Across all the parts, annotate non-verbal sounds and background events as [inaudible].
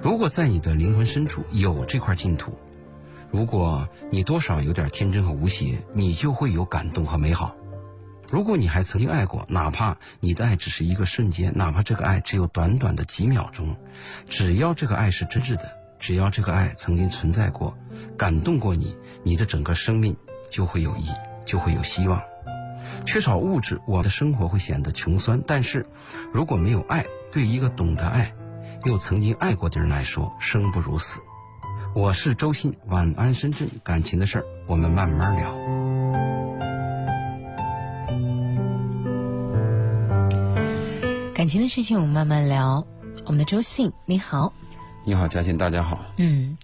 如果在你的灵魂深处有这块净土，如果你多少有点天真和无邪，你就会有感动和美好。如果你还曾经爱过，哪怕你的爱只是一个瞬间，哪怕这个爱只有短短的几秒钟，只要这个爱是真挚的，只要这个爱曾经存在过，感动过你，你的整个生命就会有意义，就会有希望。缺少物质，我的生活会显得穷酸。但是，如果没有爱，对一个懂得爱，又曾经爱过的人来说，生不如死。我是周鑫，晚安深圳，感情的事儿我们慢慢聊。感情的事情我们慢慢聊。我们的周信，你好。你好，嘉欣，大家好。嗯，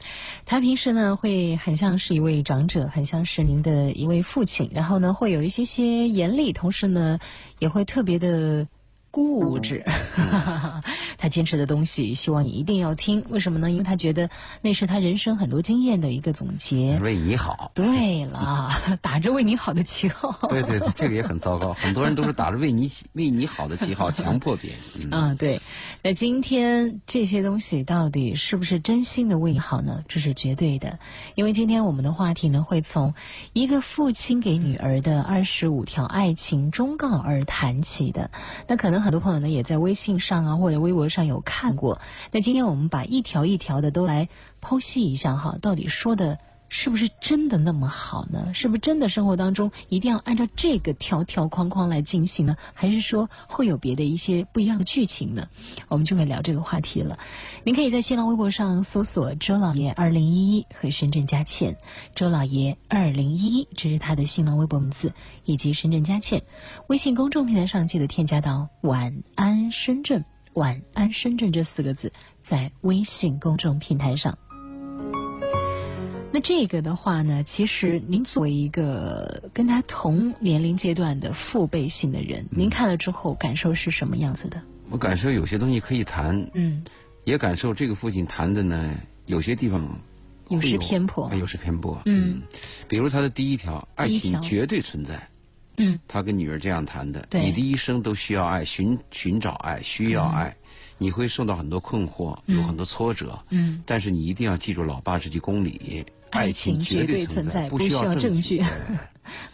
他平时呢会很像是一位长者，很像是您的一位父亲，然后呢会有一些些严厉，同时呢也会特别的固执。 [laughs] 他坚持的东西，希望你一定要听。为什么呢？因为他觉得那是他人生很多经验的一个总结。为你好。对了， [laughs] 打着为你好的旗号。 [laughs] 对对对，这个也很糟糕。很多人都是打着为你为你好的旗号强迫别人。嗯， [laughs] 嗯，对。那今天这些东西到底是不是真心的为你好呢？这是绝对的，因为今天我们的话题呢会从一个父亲给女儿的二十五条爱情忠告而谈起的。那可能很多朋友呢也在微信上啊或者微博上有看过。那今天我们把一条一条的都来剖析一下哈，到底说的。是不是真的那么好呢？是不是真的生活当中一定要按照这个条条框框来进行呢？还是说会有别的一些不一样的剧情呢？我们就会聊这个话题了。您可以在新浪微博上搜索“周老爷二零一一”和“深圳佳倩”，周老爷二零一一，这是他的新浪微博名字，以及“深圳佳倩”微信公众平台上记得添加到“晚安深圳”，“晚安深圳”这四个字在微信公众平台上。那这个的话呢，其嗯实您作为一个跟他同年龄阶段的父辈性的人，嗯您看了之后感受是什么样子的？我感受有些东西可以谈，嗯，也感受这个父亲谈的呢，有些地方会有失偏颇啊有失偏颇。嗯，比如他的第一条，爱第一条情绝对存在。嗯，他跟女儿这样谈的：对你的一生都需要爱，寻寻找爱，需要爱，你会受到很多困惑，有很多挫折。嗯，但是你一定要记住老爸这句公理：爱情情绝绝对存存在，不不需要证证据。 [laughs]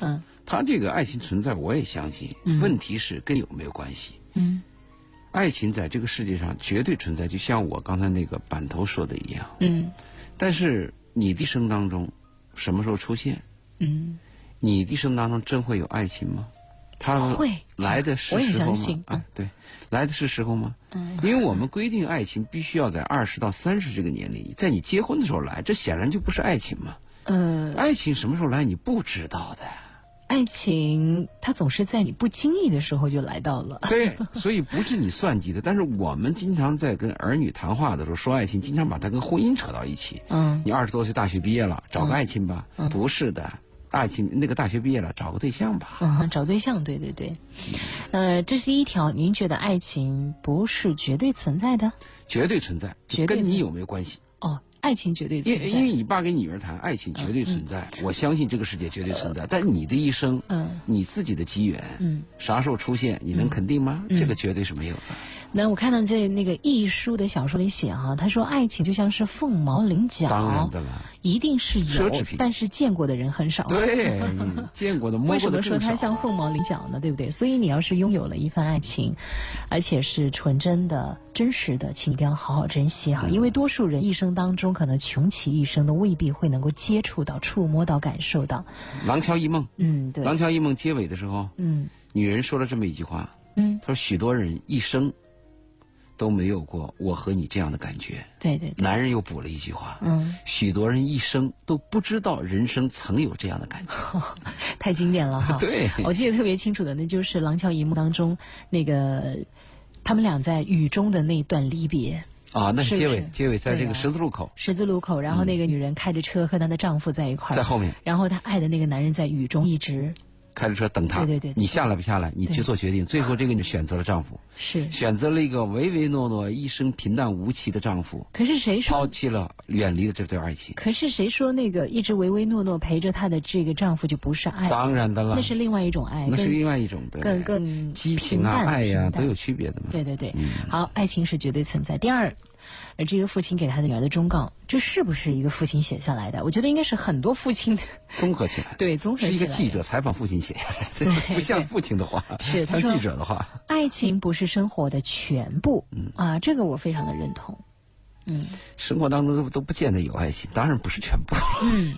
嗯他这个爱情存在，我也相信。嗯问题是跟有没有关系？嗯爱情在这个世界上绝对存在，就像我刚才那个板头说的一样。嗯但是你的一生当中，什么时候出现？嗯，你的一生当中真会有爱情吗？他会来的是我也时候相吗信？嗯啊，对，来的是时候吗？嗯，因为我们规定爱情必须要在二十到三十这个年龄，在你结婚的时候来，这显然就不是爱情嘛。呃，爱情什么时候来你不知道 [laughs] 的。爱情它总是在你不经意的时候就来到了。对，所以不是你算计的。但是我们经常在跟儿女谈话的时候说爱情，经常把它跟婚姻扯到一起。嗯你二十多岁大学毕业了，找个爱情吧？不是的，爱情那个大学毕业了，找个对象吧。嗯，找对象，对对对。呃，这是第一条，您觉得爱情不是绝对存在的？绝对存在，绝就跟对存你在有没有关系？哦，爱情绝对因存为在。因为你爸跟女儿谈爱情绝对存在，我相信这个世界绝对存在。但是你的一生，嗯你自己的机缘，嗯啥时候出现，你能肯定吗？这个绝对是没有的。那我看到在那个易叔的小说里写哈、他说爱情就像是凤毛麟角，当然的了，一定是有奢侈品，但是见过的人很少。啊对，嗯见过的摸哦为过什的更么说少。它 [laughs] 像凤毛麟角呢？对不对？所以你要是拥有了一份爱情，而且是纯真的、真实的，请一定要好好珍惜啊嗯哈、因为多数人一生当中可能穷其一生都未必会能够接触到、触摸到、感受到。廊桥遗梦，嗯，对，廊桥遗梦结尾的时候，嗯女人说了这么一句话，嗯，她说许多人一生都没有过我和你这样的感觉。对对对，男人又补了一句话，嗯，许多人一生都不知道人生曾有这样的感觉。太经典了 [laughs] 哈。对，我记得特别清楚的，那就是《廊桥遗梦》当中那个他们俩在雨中的那一段离别，啊，那是是不结尾是，结尾在对这个啊十字路口，十字路口，然后那个女人开着车和她的丈夫在一块儿，嗯在后面然后她爱的那个男人在雨中一直开着车等他。对对对对你下来不下来？你对去做决定。最后这个女选择了丈夫，是。选择了一个唯唯诺诺、一生平淡无奇的丈夫，可是谁说抛？弃了远离了这对爱情。可是谁说那个一直唯唯诺诺陪着她的这个丈夫就不是爱？当然的了那，是另外一种爱，那是更另外一种的更更激情啊、平淡爱呀平淡都有区别的嘛。对对对。好，爱情是绝对存在。第二，而这个父亲给他的女儿的忠告，这是不是一个父亲写下来的？我觉得应该是很多父亲的综合起来，对综合起来是一个记者采访父亲写下来的，[laughs] 对不像父亲的话，是他像说记者的话，爱情不是生活的全部，嗯啊，这个我非常的认同。嗯，生活当中都都不见得有爱情，当然不是全部。嗯，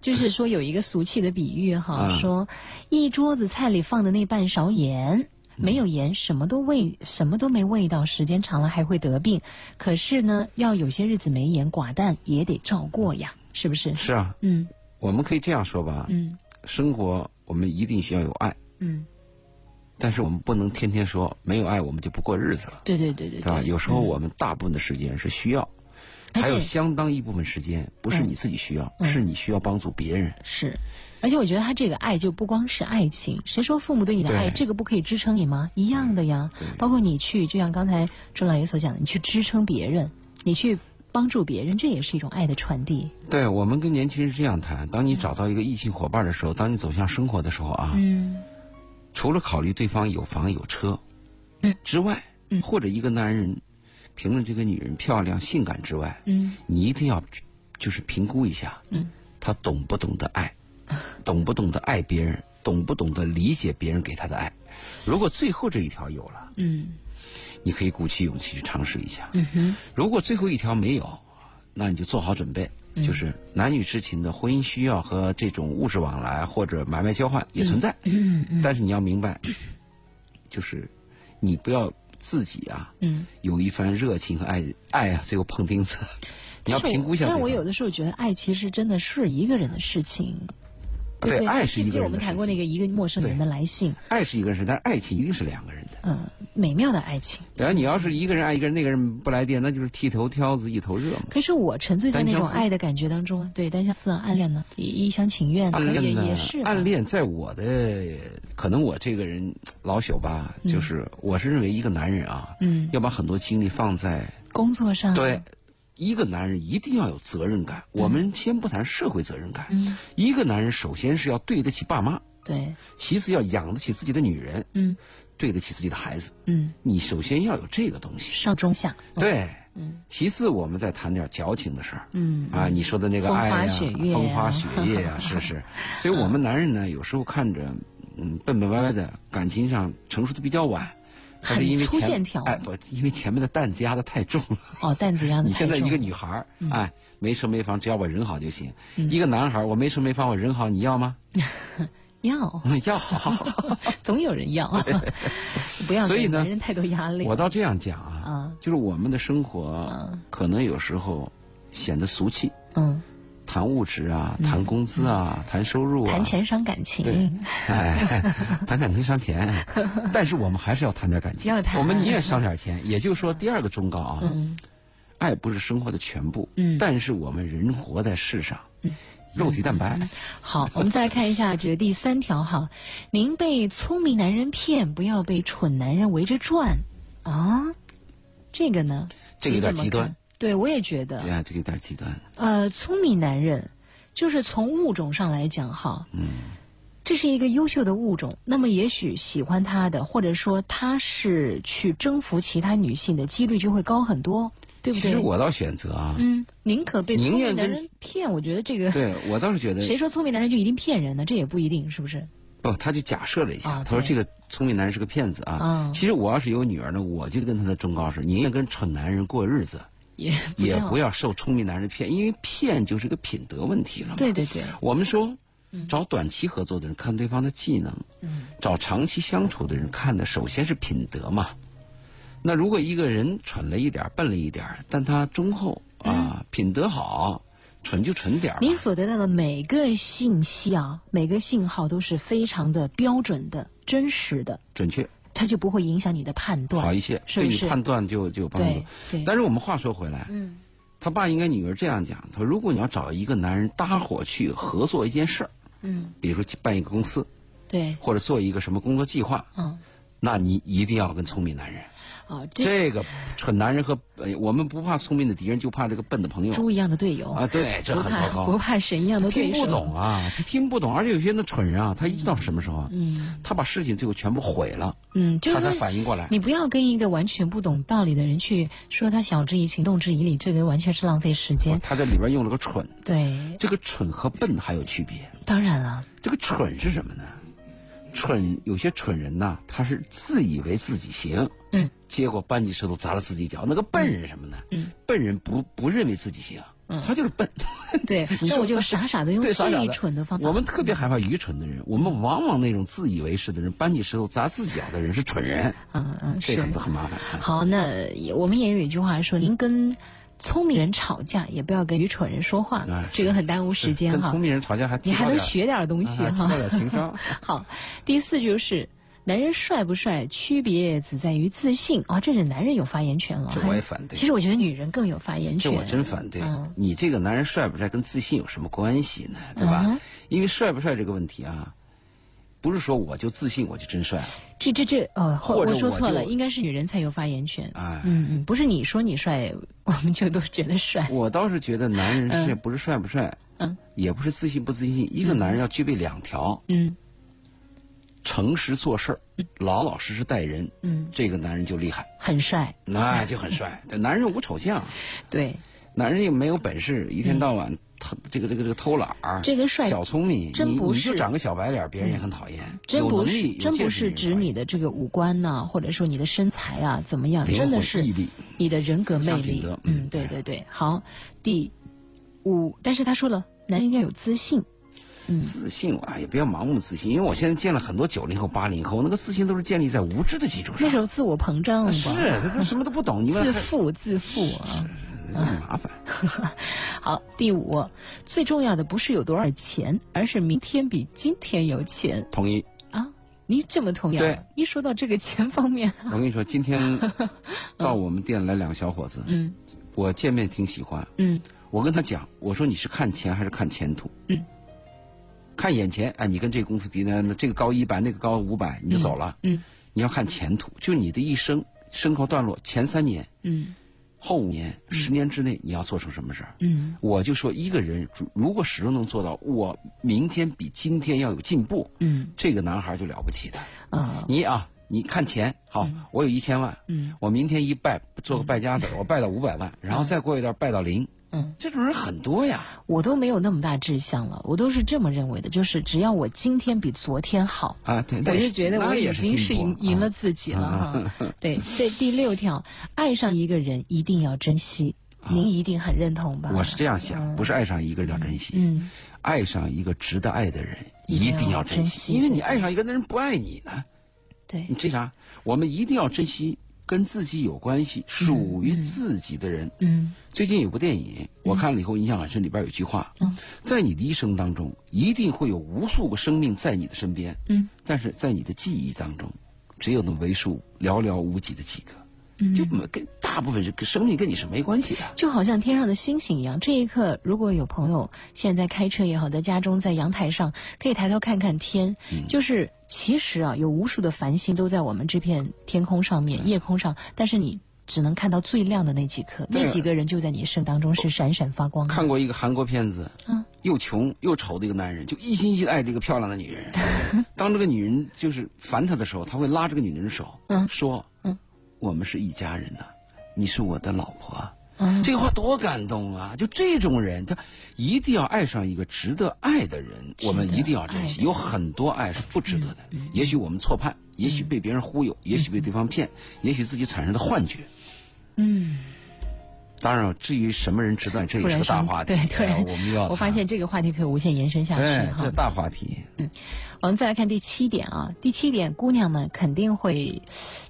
就是说有一个俗气的比喻哈，嗯说一桌子菜里放的那半勺盐，嗯没有盐什么都味什么都没味道，时间长了还会得病。可是嗯呢，要有些日子没盐寡淡也得照过呀，是不是？是啊，嗯我们可以这样说吧，嗯生活我们一定需要有爱，嗯，但是我们不能天天说没有爱我们就不过日子了，对对对对对吧？对，有时候我们大部分的时间是需要，而且还有相当一部分时间不是你自己需要，嗯是你需要帮助别人。是。而且我觉得他这个爱就不光是爱情，谁说父母对你的爱对嗯这个不可以支撑你吗？一样的呀对，包括你去，就像刚才周老爷所讲的，你去支撑别人，你去帮助别人，这也是一种爱的传递。对我们跟年轻人是这样谈：当你找到一个异性伙伴的时候，当你走向生活的时候啊，嗯除了考虑对方有房有车，嗯之外，嗯或者一个男人评论这个女人漂亮性感之外，嗯你一定要就是评估一下，嗯，他懂不懂得爱，懂不懂得爱别人，懂不懂得理解别人给他的爱。如果最后这一条有了，嗯你可以鼓起勇气去尝试一下；嗯哼如果最后一条没有，那你就做好准备。嗯就是男女之情的婚姻需要和这种物质往来或者买卖交换也存在，嗯嗯但是你要明白，就是你不要自己啊嗯。有一番热情和爱爱啊，最后碰钉子。你要但是我评估一下这个。但我有的时候觉得，爱其实真的是一个人的事情。对对，爱是一之个前我人的们事谈过那情，个一个陌生人的来信，爱是一个人事，但是爱情一定是两个人的。嗯，美妙的爱情。然后你要是一个人爱一个人，那个人不来电，那就是剃头挑子一头热嘛。可是我沉醉在那单种相思爱的感觉当中，对单相思啊，暗恋呢，一一厢情愿，暗也恋呢也是？啊吧暗恋在我的可能我这个人老朽吧，就是我是认为一个男人啊，嗯，要把很多精力放在工作上对，一个男人一定要有责任感。我们先不谈社会责任感，嗯一个男人首先是要对得起爸妈，对，其次要养得起自己的女人，嗯对得起自己的孩子。嗯，你首先要有这个东西，上中下，对。嗯其次，我们再谈点矫情的事儿。嗯啊，你说的那个爱呀、风花雪月啊风花雪月 [laughs] 呀、是是。所以我们男人呢，有时候看着嗯笨笨歪歪的，感情上成熟的比较 [laughs] 晚，他是因为很粗前线条哎不，因为前面的担子压的太重 [laughs] 了。哦，担子压的你现在一个女女孩儿，嗯哎，没车没房，只要我人好就行。一个男孩儿，我没车没房，我人好，你要吗？ [laughs] 要， [laughs] 要好。总有人要，不要所以给呢男人太多压力我倒这样讲啊，啊，就是我们的生活可能有时候显得俗气，嗯，谈物质啊，谈工资啊，谈收入啊，谈钱嗯伤感对情，哎，谈感情伤 [laughs] 钱，但是我们还是要谈点感情要，谈嗯我们宁愿伤点钱。也就是说，第二个忠告啊，爱不是生活的全部，嗯但是我们人活在世上，肉体蛋嗯白，好，我们再来看一下这个第三 [laughs] 条哈，您被聪明男人骗，不要被蠢男人围着转啊，这个呢，这个有点你怎么极端看，对我也觉得对，啊，这个有点极端。呃，聪明男人，就是从物种上来讲哈，嗯，这是一个优秀的物种。那么，也许喜欢他的，或者说他是去征服其他女性的几率就会高很多，对不其对？实我倒选择啊，嗯，宁可被聪宁明愿男跟人骗，我觉得这个对我倒是觉得谁说聪明男人就一定骗人呢？这也不一定，是不是？不，他就假设了一下，啊他说对这个聪明男人是个骗子啊。嗯其实我要是有女儿呢，我就跟她的忠告是，宁愿跟蠢男人过日子，也不也要不要受聪明男人骗，因为骗就是个品德问题了嘛。对对对，我们说，找短期合作的人看对方的技能，嗯找长期相处的人看的首先是品德嘛。那如果一个人蠢了一点儿，笨了一点儿，但他忠厚啊，嗯品德好，蠢就蠢点儿嘛。您所得到的每个信息啊，每个信号都是非常的标准的、真实的，准确它就不会影响你的判断。好一些，是不对是你判断就就有帮助对。对，但是我们话说回来，嗯他爸应该女儿这样讲：他说，如果你要找一个男人搭伙去合作一件事儿，嗯，比如说办一个公司对，或者做一个什么工作计划，嗯那你一定要跟聪明男人。哦，这这个蠢男人和呃我们不怕聪明的敌人，就怕这个笨的朋友猪一样的队友啊！，对，这不很怕糟糕。不怕神一样的听对手。不懂啊，他听不懂，而且有些那蠢人啊，他一到什么时候啊，嗯他把事情最后全部毁了，嗯，就他是才说反应过来。你不要跟一个完全不懂道理的人去说他晓之以情，动之以理，这个完全是浪费时间。哦他这里边用了个蠢，对，这个蠢和笨还有区别。当然了，这个蠢是什么呢？蠢有些蠢人呐、他是自以为自己行，嗯，结果搬起石头砸了自己脚。那个笨人是什么呢？嗯，笨人不不认为自己行，嗯他就是笨。对， [laughs] 你那说我就他傻傻的用对，傻傻最的蠢的方法。我们特别害怕愚蠢的人，我们往往那种自以为是的人，搬起石头砸自己脚的人是蠢人，嗯嗯这是很很麻烦。啊好，那也我们也有一句话说，您跟聪明人吵架，也不要跟愚蠢人说话，啊这个很耽误时间跟哈聪。明人吵架哎还你还能学点东西哈。出啊点情商。 [laughs] 好，第四就是。男人帅不帅，区别只在于自信啊！这是男人有发言权了。这我也反对其实我觉得女人更有发言这权。我真反对啊嗯。你这个男人帅不帅跟自信有什么关系呢？对吧嗯？因为帅不帅这个问题啊，不是说我就自信我就真帅了。这这这呃，或我者我说我错了，就应该是女人才有发言权。哎嗯嗯，不是你说你帅，我们就都觉得帅。我倒是觉得男人是不是帅不帅，嗯，也不是自信不自信。一个男人要具备两条：嗯诚实做事儿，老老实实待人。嗯，这个男人就厉害，很帅，那就很 [laughs] 帅。这男人无丑相，啊对，男人也没有本事，一天到晚偷这个这个这个偷懒儿，嗯这个帅小聪明，真你不是嗯你就长个小白脸，别人也很讨厌。真有不能是力真不是指，你有的这个五官呐、或者说你的身材啊怎么样，灵真的魂是毅力你的人格思魅想力品德。嗯，嗯对对对对，好，第五，但是他说了，男人要有自信，嗯见识自信啊，也不要盲目自信，因为我现在见了很多九零后、八零后，那个自信都是建立在无知的基础那上时。候自我膨胀啊是，吧，他他什么都不懂，你问自他负自负啊。很麻烦。好，第五，最重要的不是有多少钱，而是明天比今天有钱同意，啊。你这么同样，对一说到这个钱方 [laughs] 面，我跟你说，今 [laughs] 天到我们店来两个小伙子，嗯我见面挺喜欢，嗯我跟他讲，我说你是看钱还是看前途？嗯，看眼前，哎，你跟这个公司比呢，那这个高一百，那个高五百，你就走了。嗯你要看前途，就你的一生生活段落，前三年、嗯后五年、十年之内，你要做成什么事儿？嗯我就说，一个人如如果始终能做到，我明天比今天要有进步，嗯这个男孩就了不起的。啊你啊，你看钱好，我有一千万，嗯我明天一败做个败家子儿，我败到五百万，然后再过一段败到零，嗯。这种人很多呀。我都没有那么大志向了，我都是这么认为的，就是只要我今天比昨天好，啊，对，我那就是觉得那我已也经是进步赢赢了啊自己了 [laughs] 哈。对，这第六条，爱上一个人一定要珍惜，您一定很认同吧？啊我是这样想，不是爱上一个人要珍惜，嗯，爱上一个值得爱的人一一定定要要珍珍惜惜，因为你爱上一个那人不爱你呢，对你，这啥？我们一定要珍惜跟自己有关系、属于自己的人。嗯最近有部电影，我看了以后印象很深，里边有一句话嗯，在你的一生当中，一定会有无数个生命在你的身边，嗯但是在你的记忆当中，只有那么为数寥寥无几的几个。嗯，这么跟大部分是跟生命跟你是没关系的。就好像天上的星星一样。这一刻，如果有朋友现在开车也好，在家中在阳台上，可以抬头看看天，嗯就是其实啊，有无数的繁星都在我们这片天空上面、夜空上，但是你。只能看到最亮的那几颗，对那几个人就在你生当中是闪闪发光的。看过一个韩国片子，嗯又穷又丑的一个男人，就一心一意地爱这个漂亮的女人。 [laughs] 当这个女人就是烦他的时候，他会拉这个女人的手，嗯说，嗯我们是一家人呐、你是我的老婆啊。嗯这个话多感动啊！就这种人，他一定要爱上一个值得爱的人，我们一定要珍爱的嗯惜。有很多爱是不值得的，也许我们错判，也许被别人忽悠，也许被对方骗，也许自己产生的幻觉。嗯，当然，至于什么人值得爱，这突也是然个大上话题。对，突哎呀然我们又要我发谈现这个话题可以无限延伸下去对，哈哎这。大话题。我嗯们再来看第七点啊，第七点，姑娘们肯定会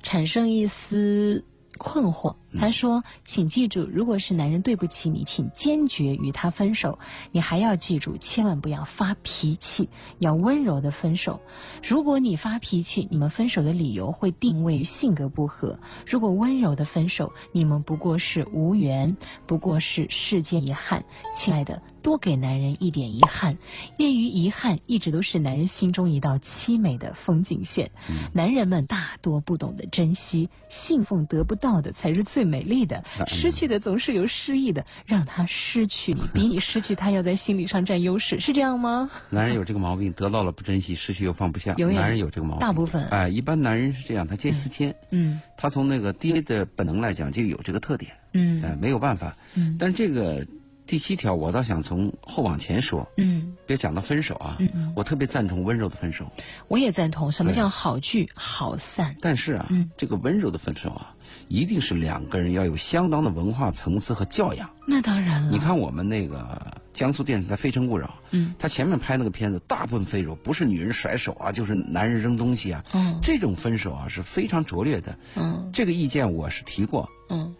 产生一丝困惑。她说：“请记住，如果是男人对不起你，请坚决与他分手。你还要记住，千万不要发脾气，要温柔的分手。如果你发脾气，你们分手的理由会定位于性格不合；如果温柔的分手，你们不过是无缘，不过是世间遗憾。亲爱的，多给男人一点遗憾，业余遗憾一直都是男人心中一道凄美的风景线。嗯男人们大多不懂得珍惜，信奉得不到的才是最美丽的，失嗯去的总是有诗意的，让他失去你，比你失去他要在心理上占优势，是这样吗？男人有这个毛病，得到了不珍惜，失去又放不下。永远男人有这个毛病，大部分哎，一般男人是这样，他见四千，嗯他从那个爹的本能来讲就有这个特点，嗯哎，没有办法。嗯但这个第七条，我倒想从后往前说，嗯，别讲到分手啊，我特别赞同温柔的分手。我也赞同，什么对叫好聚好散？但是啊，嗯这个温柔的分手啊，一定是两个人要有相当的文化层次和教养。那当然你了，看我们那个江苏电视台《非诚勿扰》，嗯，他前面拍那个片子，大部分分手不是女人甩手啊，就是男人扔东西啊，嗯这种分手啊是非常拙劣的。嗯这个意见我是提过，嗯，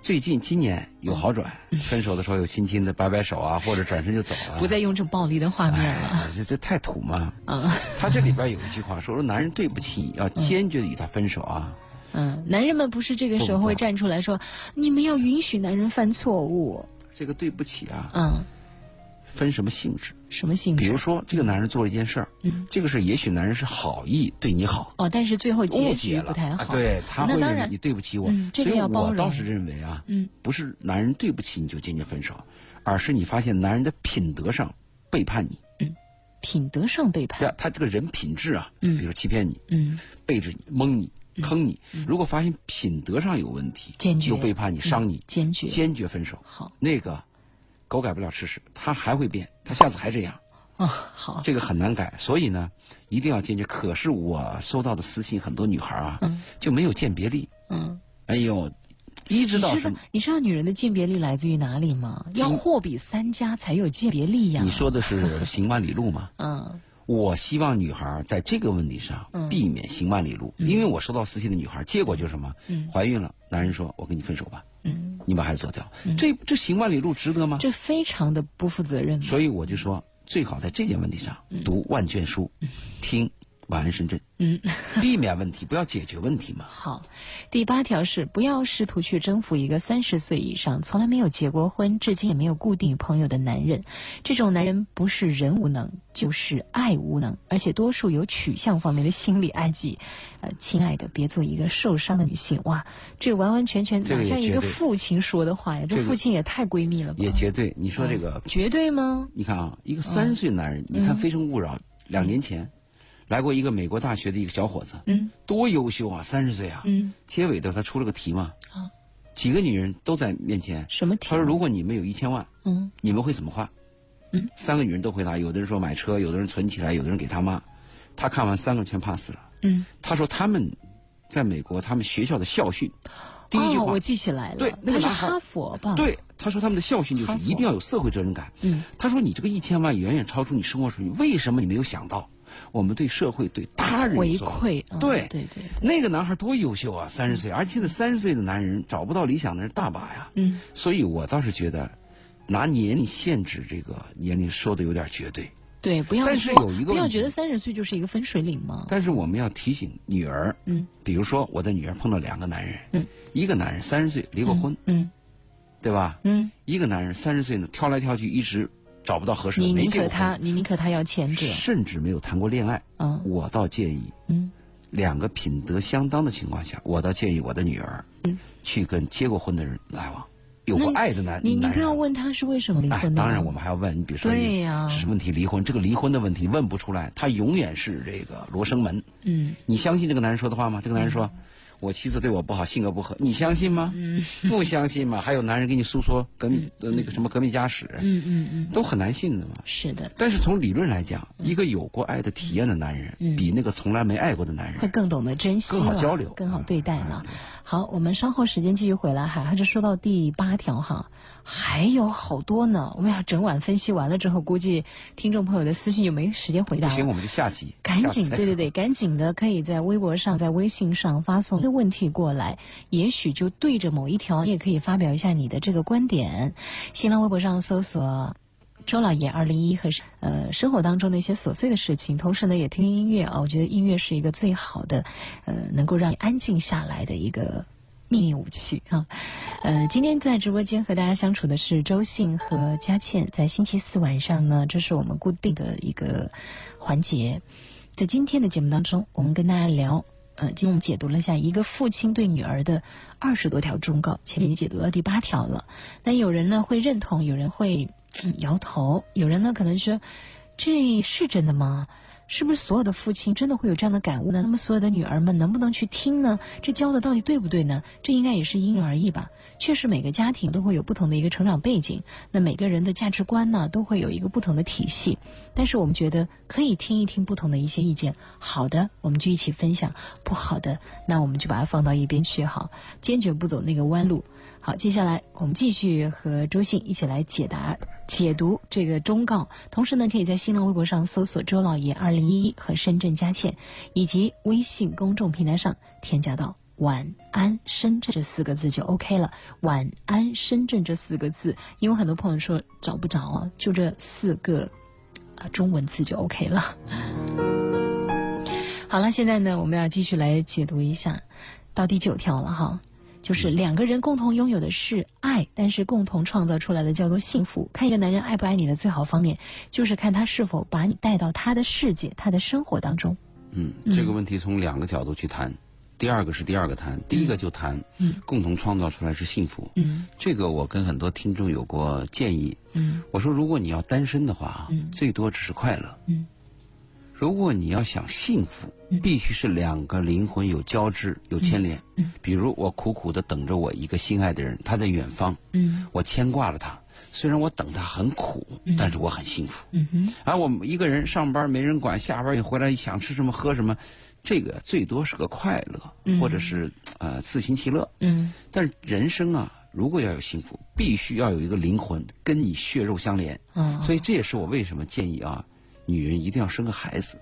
最近今年有好转，分手的时候有亲亲的摆摆手 [laughs] 啊，或者转身就走了。不再用这暴力的画面了，哎，这这这太土嘛！嗯。他这里边有一句话说说男人对不起，要坚决地与他分手啊。嗯，男人们不是这个时候会站出来说，你们要允许男人犯错误。这个对不起啊，嗯，分什么性质？什么性比质如？说，这个男人做了一件事儿，嗯这个事儿也许男人是好意对你好，哦，但是最后误解结局了，不太好。啊、，对他会那当认为然你对不起我，嗯这个所以要包我倒容是认为啊，嗯不是男人对不起你就坚决分手，而是你发现男人的品德上背叛你，嗯品德上背叛。对啊，他这个人品质啊，嗯比如欺骗你、嗯背着你、蒙你、坑你，如果发现品德上有问题，坚决嗯又背叛你、伤你，坚决。坚决分手，好那个狗改不了吃屎，他还会变，他下次还这样。啊，好。这个很难改，所以呢，一定要坚决。可是我收到的私信，很多女孩啊，嗯就没有鉴别力。嗯，哎呦，一知你道知什道么？你知道女人的鉴别力来自于哪里吗？要货比三家才有鉴别力呀。你说的是行万里路 [laughs] 吗？嗯我希望女孩在这个问题上避免行万里路，因为我收到私信的女孩，结果就是什么？嗯怀孕了，男人说：“我跟你分手吧，嗯，你把孩子做掉。这这行万里路值得吗？这非常的不负责任。所以我就说，最好在这件问题上读万卷书，听晚安深圳，嗯。 [laughs] 避免问题，不要解决问题嘛。好，第八条是不要试图去征服一个三十岁以上从来没有结过婚、至今也没有固定女朋友的男人。这种男人不是人无能，就是爱无能，而且多数有取向方面的心理暗记。呃，亲爱的，别做一个受伤的女性。哇，这完完全全这哪个也像一绝个对父亲说的话呀？这这个父亲也太闺蜜了吧？也绝对，你说这个绝对吗？你看啊，嗯一个三十岁男人，你看《非诚勿扰》两年前来过一个美国大学的一个小伙子，嗯多优秀啊，三十岁啊，嗯，结尾的他出了个题嘛，啊几个女人都在面前，什么题？他说如果你们有一千万，嗯你们会怎么花？嗯，三个女人都回答，有的人说买车，有的人存起来，有的人给他妈。他看完三个全 pass 了。嗯，他说他们在美国，他们学校的校训，第一句哦，话，我记起来了，对那个他男是孩哈佛吧？，对他说他们的校训就是哈佛一定要有社会责任感。嗯，他说：“你这个一千万远远超出你生活水平，为什么你没有想到我们对社会、对他人回所馈。嗯对对对，那个男孩多优秀啊，三十岁，而且现在三十岁的男人找不到理想的人大把呀。嗯。所以我倒是觉得，拿年龄限制这个年龄说的有点绝对。对，不要但是说有一个不要问题觉得三十岁就是一个分水岭嘛。但是我们要提醒女儿，嗯，比如说我的女儿碰到两个男人，嗯，一个男人三十岁离过婚，嗯对吧？嗯，一个男人三十岁呢，挑来挑去，一直找不到合适的，你没宁结可过他，婚，你宁可他要前者。甚至没有谈过恋爱。啊嗯我倒建议，嗯，两个品德相当的情况下，我倒建议我的女儿，去跟结过婚的人来往，有过嗯那爱的男你你男不人啊要。问他是为什么离哎婚，的、当然，我。们还要问你，比如说，对呀是问题离婚，这个离婚的问题问不出来，他永远是这个罗生门。嗯，你相信这个男人说的话吗？这个男人说，我妻子对我不好，性格不合，你相信吗？嗯，不相信嘛？还有男人给你诉说革命、呃那个什么革命家史，嗯嗯嗯，都很难信的嘛。是的，但是从理论来讲，嗯一个有过爱的体验的男人，比那个从来没爱过的男会人，更懂得珍惜了，更好交流更好嗯对待了。好，我们稍后时间继续回来哈，还是说到第八条哈，还有好多呢。我们要整晚分析完了之后，估计听众朋友的私信就没时间回答不了。行，我们就下集。赶下次紧，再对对说对，赶紧的，可以在微博上、在微信上发送的问题过来，也许就对着某一条，你也可以发表一下你的这个观点。新浪微博上搜索“周老爷二零一”和呃生活当中的一些琐碎的事情，同时呢也听听哦音乐啊，我觉得音乐是一个最好的，呃能够让你安静下来的一个秘密武器啊。呃，今天在直播间和大家相处的是周信和佳倩，在星期四晚上呢，这是我们固定的一个环节。在今天的节目当中，我们跟大家聊，呃，今天我们解读了一下一个父亲对女儿的二十多条忠告，前面已经解读到第八条了。那有人呢会认同，有人会、嗯摇头，有人呢可能说，这是真的吗？是不是所有的父亲真的会有这样的感悟呢？那么所有的女儿们能不能去听呢？这教的到底对不对呢？这应该也是因人而异吧。确实，每个家庭都会有不同的一个成长背景，那每个人的价值观呢，都会有一个不同的体系。但是我们觉得可以听一听不同的一些意见，好的我们就一起分享，不好的那我们就把它放到一边去，好，坚决不走那个弯路。好，接下来我们继续和周信一起来解答、解读这个忠告。同时呢，可以在新浪微博上搜索“周老爷二零一一”和“深圳佳倩”，以及微信公众平台上添加到“晚安深圳”这四个字就 OK 了。“晚安深圳”这四个字，因为很多朋友说找不着啊，就这四个啊中文字就 OK 了。好了，现在呢，我们要继续来解读一下，到第九条了哈，就是两个人共同拥有的是爱，但是共同创造出来的叫做幸福。看一个男人爱不爱你的最好方面，就是看他是否把你带到他的世界、他的生活当中。嗯，这个问题从两个角度去谈，第二个是第二个谈，第一个就谈，嗯，共同创造出来是幸福。嗯这个我跟很多听众有过建议，嗯我说如果你要单身的话，嗯最多只是快乐。嗯如果你要想幸福，必须是两个灵魂有交织、有牵连。嗯比如我苦苦的等着我一个心爱的人，他在远方，嗯我牵挂了他。虽然我等他很苦，但是我很幸福。嗯哼而我一个人上班没人管，下班也回来想吃什么喝什么，这个最多是个快乐，嗯或者是呃自行其乐。嗯但是人生啊，如果要有幸福，必须要有一个灵魂跟你血肉相连。啊，所以这也是我为什么建议啊，女人一定要生个孩子。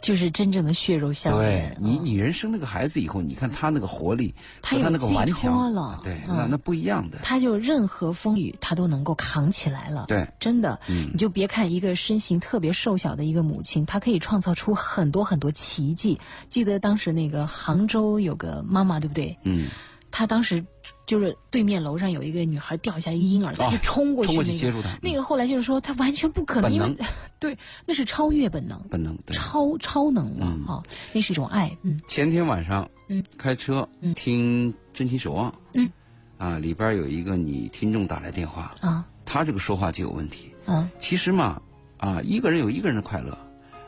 就是真正的血肉相连对。你，啊女人生那个孩子以后，你看她那个活力她和她有那个寄顽托强，了对，嗯那那不一样的。他就任何风雨他都能够扛起来了。对，真的，嗯你就别看一个身形特别瘦小的一个母亲，她可以创造出很多很多奇迹。记得当时那个杭州有个妈妈，对不对？嗯，她当时就是对面楼上有一个女孩掉下一个婴儿，她就冲过去哦冲过去那接个。住她，嗯那个后来就是说，她完全不可能，本因能为 [laughs] 对，那是超越本能，本能。对，超超能了嗯啊！那是一种爱，嗯前天晚上，嗯，开车嗯听《真情守望》，嗯，啊，里边有一个女听众打来电话，啊她这个说话就有问题。啊其实嘛，啊，一个人有一个人的快乐，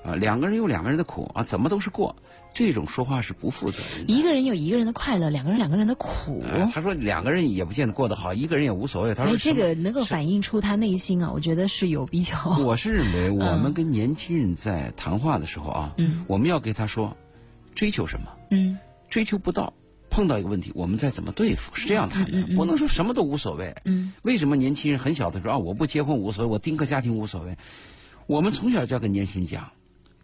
啊，两个人有两个人的苦，啊，怎么都是过，这种说话是不负责任的。一个人有一个人的快乐，两个人两个人的苦。哎他说两个人也不见得过得好，一个人也无所谓。他哎说，什这么个能够反映出他内心啊，我觉得是有比较，我是认为，我哦嗯们跟年轻人在谈话的时候啊，嗯我们要给他说，追求什么，嗯追求不到，碰到一个问题，我们再怎么对付，是这样谈的，嗯嗯嗯不能说什么都无所谓。嗯为什么年轻人很小的时候啊，我不结婚无所谓，我丁克家庭无所谓？我们从小就要跟年轻人讲，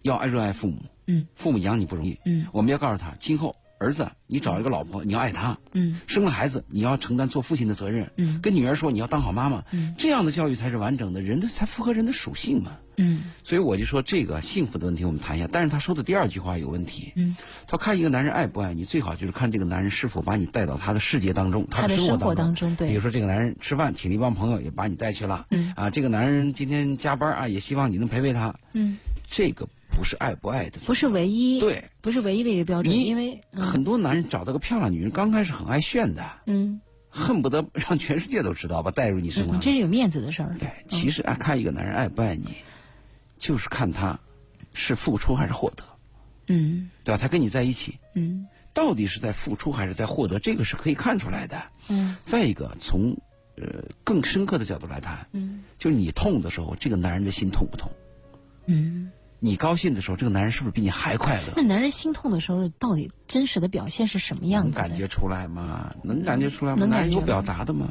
要爱热爱父母，嗯父母养你不容易，嗯我们要告诉他，今后儿子，你找一个老婆，你要爱她，嗯生了孩子，你要承担做父亲的责任，嗯跟女儿说你要当好妈妈，嗯这样的教育才是完整的，人的才符合人的属性嘛。嗯所以我就说这个幸福的问题我们谈一下，但是他说的第二句话有问题，嗯，他看一个男人爱不爱你，最好就是看这个男人是否把你带到他的世界当中，他的的生生活活当当中对比如说这个男人吃饭请了一帮朋友也把你带去了，嗯啊，这个男人今天加班啊，也希望你能陪陪他，嗯，这这个不是爱不爱的，不是唯一，，对，不是唯一的一个标准，你因为嗯很多男人找到个漂亮女人，刚开始很爱炫的，嗯，恨不得让全世界都知道吧，带入你身嗯上。这是有面子的事儿，对，其实啊，看一个男人爱不爱你，就是看他是付出还是获得，嗯对吧？他跟你在一起，嗯到底是在付出还是在获得，这个是可以看出来的。嗯再一个，从呃更深刻的角度来谈，嗯就是你痛的时候，这个男人的心痛不痛？嗯，你高兴的时候，这个男人是不是比你还快乐？那男人心痛的时候，到底真实的表现是什么 [laughs] 样能子的？感觉出来吗？能感觉出来吗？能男人感觉有表达的吗？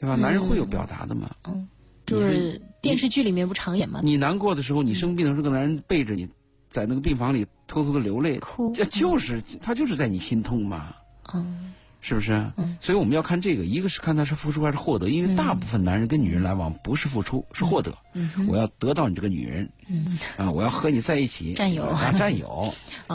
对吧？男人会有表达的吗？嗯，就你是是电视剧里面不常演吗？你难过的时候，你生病的时候，这个男人背着你，在哦那个病房里偷偷的流泪，哭这就是他就是在你心痛嘛，嗯嗯是不是？所以我们要看这个，一个是看他是付出还是获得，因为大部分男人跟女人来往不是付出，是获得。我要得到你这个女人，嗯啊，我要和你在一起，占有啊，占 [laughs] 有。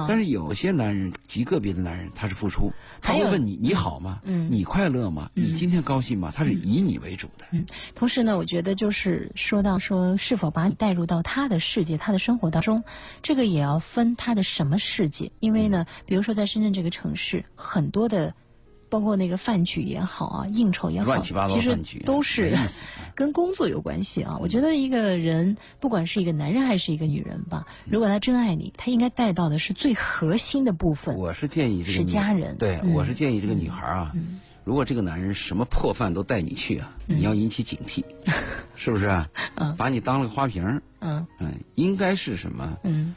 但是有些男人，极个别的男人，他是付出，他还会有问你你好吗？嗯你快乐吗？你今天高兴吗？他是以你为主的。同时呢，我觉得就是说到说是否把你带入到他的世界、他的生活当中，这个也要分他的什么世界。因为呢，嗯比如说在深圳这个城市，很多的，包括那个饭局也好啊，应酬也好，乱七八糟其的实饭局啊都是没意思啊跟工作有关系啊。我嗯觉得一个人，不管是一个男人还是一个女人吧，如果他真爱你，他应该带到的是最核心的部分。我是建议这个是女家人对、嗯我是建议这个女孩啊，如果这个男人什么破饭都带你去啊，嗯你要引起警 [laughs] 惕，是不是啊？把你当了个花瓶儿嗯嗯，应该是什么？嗯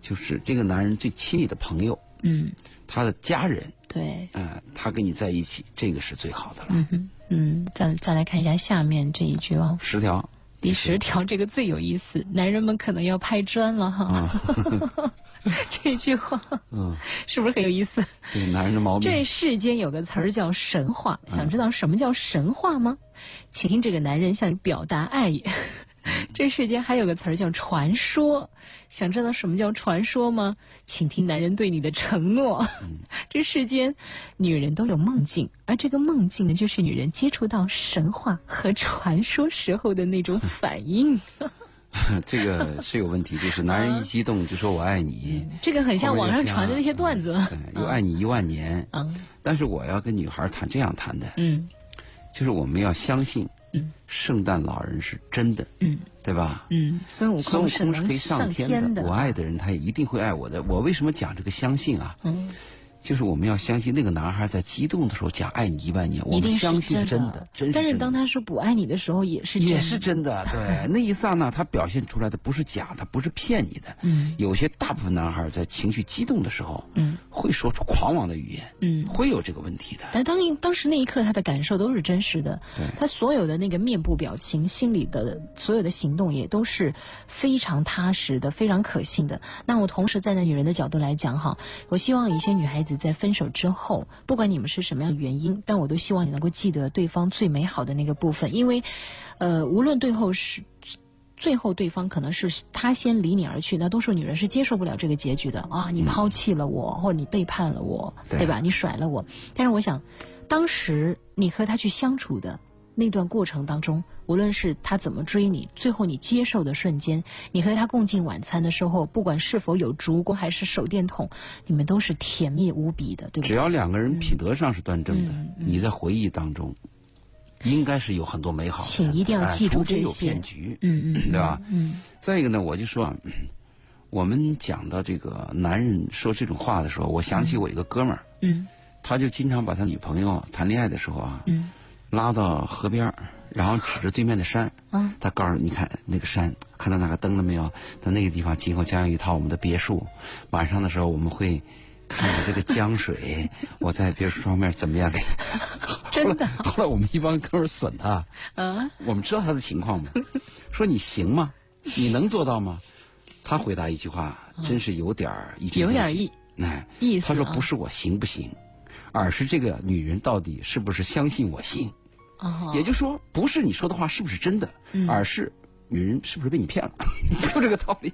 就是这个男人最亲密的朋友，嗯，他的家人，对。嗯，他跟你在一起，这个是最好的了。嗯哼，嗯，再再来看一下下面这一句哦，十条，第十条这个最有意思，男人们可能要拍砖了哈。 [laughs] 这句话，嗯， [laughs] 是不是很有意思？这个男人的毛病，这世间有个词儿叫神话，嗯想知道什么叫神话吗？请听这个男人向你表达爱意。嗯 [laughs] 这世间还有个词儿叫传说，想知道什么叫传说吗？请听男人对你的承诺。嗯 [laughs] 这世间，女人都有梦境，而这个梦境呢，就是女人接触到神话和传说时候的那种 [laughs] 反应。这个是有问题，就是男人一激动就说我爱你，这个很像网上传的那些段子。对，又爱你一万年。嗯但是我要跟女孩谈这样谈的，嗯就是我们要相信，圣诞老人是真的，嗯对吧？嗯，孙悟孙悟空是空是能可以上天天我爱的人他也一定会爱我的。我为什么讲这个相信啊？嗯，就是我们要相信那个男孩在激动的时候讲爱你一万年，我一们定相信是真的，真是但是真当的。他嗯说不爱你的时候，也是也真是的真的，对，那一刹那他表现出来的不是假，他不是骗你的。嗯有些大部分男孩在情绪激动的时候，嗯会说出狂妄的语言，嗯。会有这个问题的。但当当时那一刻，他的感受都是真实的对，他所有的那个面部表情、心里的所有的行动也都是非常踏实的、非常可信的。那我同时站在女人的角度来讲哈，我希望一些女孩子在分手之后，不管你们是什么样的原因，但我都希望你能够记得对方最美好的那个部分，因为，呃，无论最后是最后对方可能是他先离你而去，那多数女人是接受不了这个结局的啊！你抛弃了我，或者你背叛了我，嗯对对吧？你甩了我。但是我想，当时你和他去相处的那段过程当中，无论是他怎么追你，最后你接受的瞬间，你和他共进晚餐的时候，不管是否有烛光还是手电筒，你们都是甜蜜无比的，对不只对？要两个人品德上是端正的，嗯你在回忆当中，应该是有很多美好的。请一定要记住哎除非有这些骗局，嗯嗯，对吧？嗯再一个呢，我就说啊，嗯我们讲到这个男人说这种话的时候，我想起我一个哥们儿，嗯他就经常把他女朋友啊谈恋爱的时候啊，嗯拉到河边儿，然后指着对面的山，啊他告诉你看那个山，看到那个灯了没有？到那个地方今后将有一套我们的别墅，晚上的时候我们会看着这个江水， [laughs] 我在别墅上面怎么样？真的 [laughs] 后来我们一帮哥们儿损他，啊，我们知道他的情况嘛， [laughs] 说你行吗？你能做到吗？他回答一句话，真是有点儿一针嗯有见点血意哎意思他说啊不是我行不行，而是这个女人到底是不是相信我行。啊，也就是说，不是你说的话是不是真的，嗯而是女人是不是被你骗 [laughs] 了，就这个道理。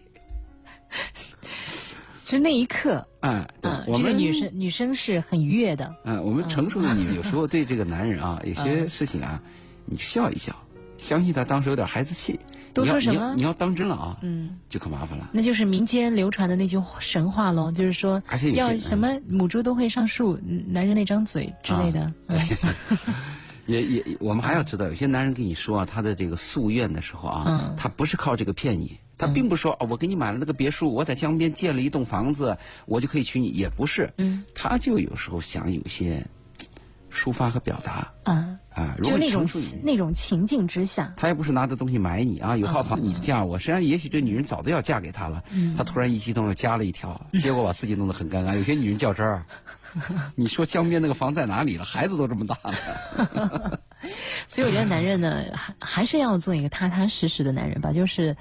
就那一刻，哎，对，啊，我这们个女生女生是很愉悦的，嗯，我们成熟的女人有时候对这个男人 [laughs] 啊，有些嗯事情啊，你笑一笑，相信他当时有点孩子气。都你要说什你要么你要当真了啊，嗯，就可麻烦了。那就是民间流传的那句神话喽，就是说而且有些要什嗯么母猪都会上树，男人那张嘴之类啊的，嗯也也，我们还要知道，有些男人跟你说啊，他的这个夙愿的时候啊嗯，他不是靠这个骗你。他并不是说哦，我给你买了那个别墅，我在江边建了一栋房子，我就可以娶你，也不是。嗯，他就有时候想有些嘖抒发和表达。啊，啊， [laughs] 如就果那你种成熟情女，那种情境之下，他又不是拿着东西买你啊，有套房你就嗯嫁我。实际上，也许这女人早都要嫁给他了，他突然一激动又加了一条，嗯结果把自己弄得很 [laughs] 尴尬。有些女人较真儿， [laughs] 你说江边那个房在哪里了？孩子都这么大了，所以我觉得男人呢，还还是要做一个踏踏实实的男人吧，就是，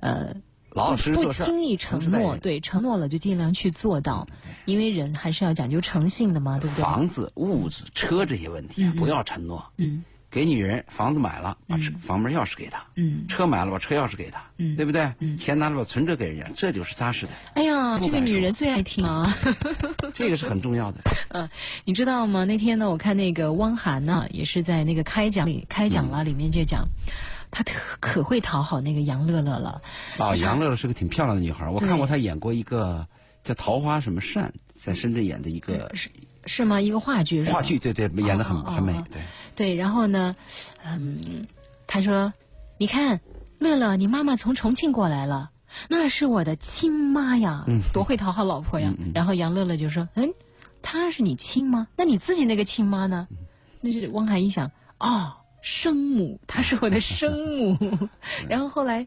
呃，老老实实不做事儿，轻易承诚实待诺，人。对，承诺了就尽量去做到，因为人还是要讲究诚信的嘛，对不对？房子、物质、车这些问题啊，不要承诺。嗯给女人房子买了，把车房门钥匙给她；嗯，车买了，把车钥匙给她，对不对？钱拿了，把存折给人家，这就是扎实 [laughs] 的，哎呀，不这个敢女说人最爱听啊。这个是很重要的。你知道吗？那天呢，我看那个汪涵呢，也是在那个开讲里开讲了，里面就讲，她特可会讨好那个杨乐乐了。啊，杨乐乐是个挺漂亮的女孩儿，我对看过她演过一个叫《桃花什么扇》，在深圳演的一个嗯是吗？一个话剧是吧话剧，对对，演的很哦哦很美哦。对，对，然后呢，嗯，他说：“你看，乐乐，你妈妈从重庆过来了，那是我的亲妈呀，多会讨好老婆呀。然后杨乐乐就说：“嗯，她是你亲妈，那你自己那个亲妈呢？”那是汪涵一想，哦。生母，她是我的生母。然后后来，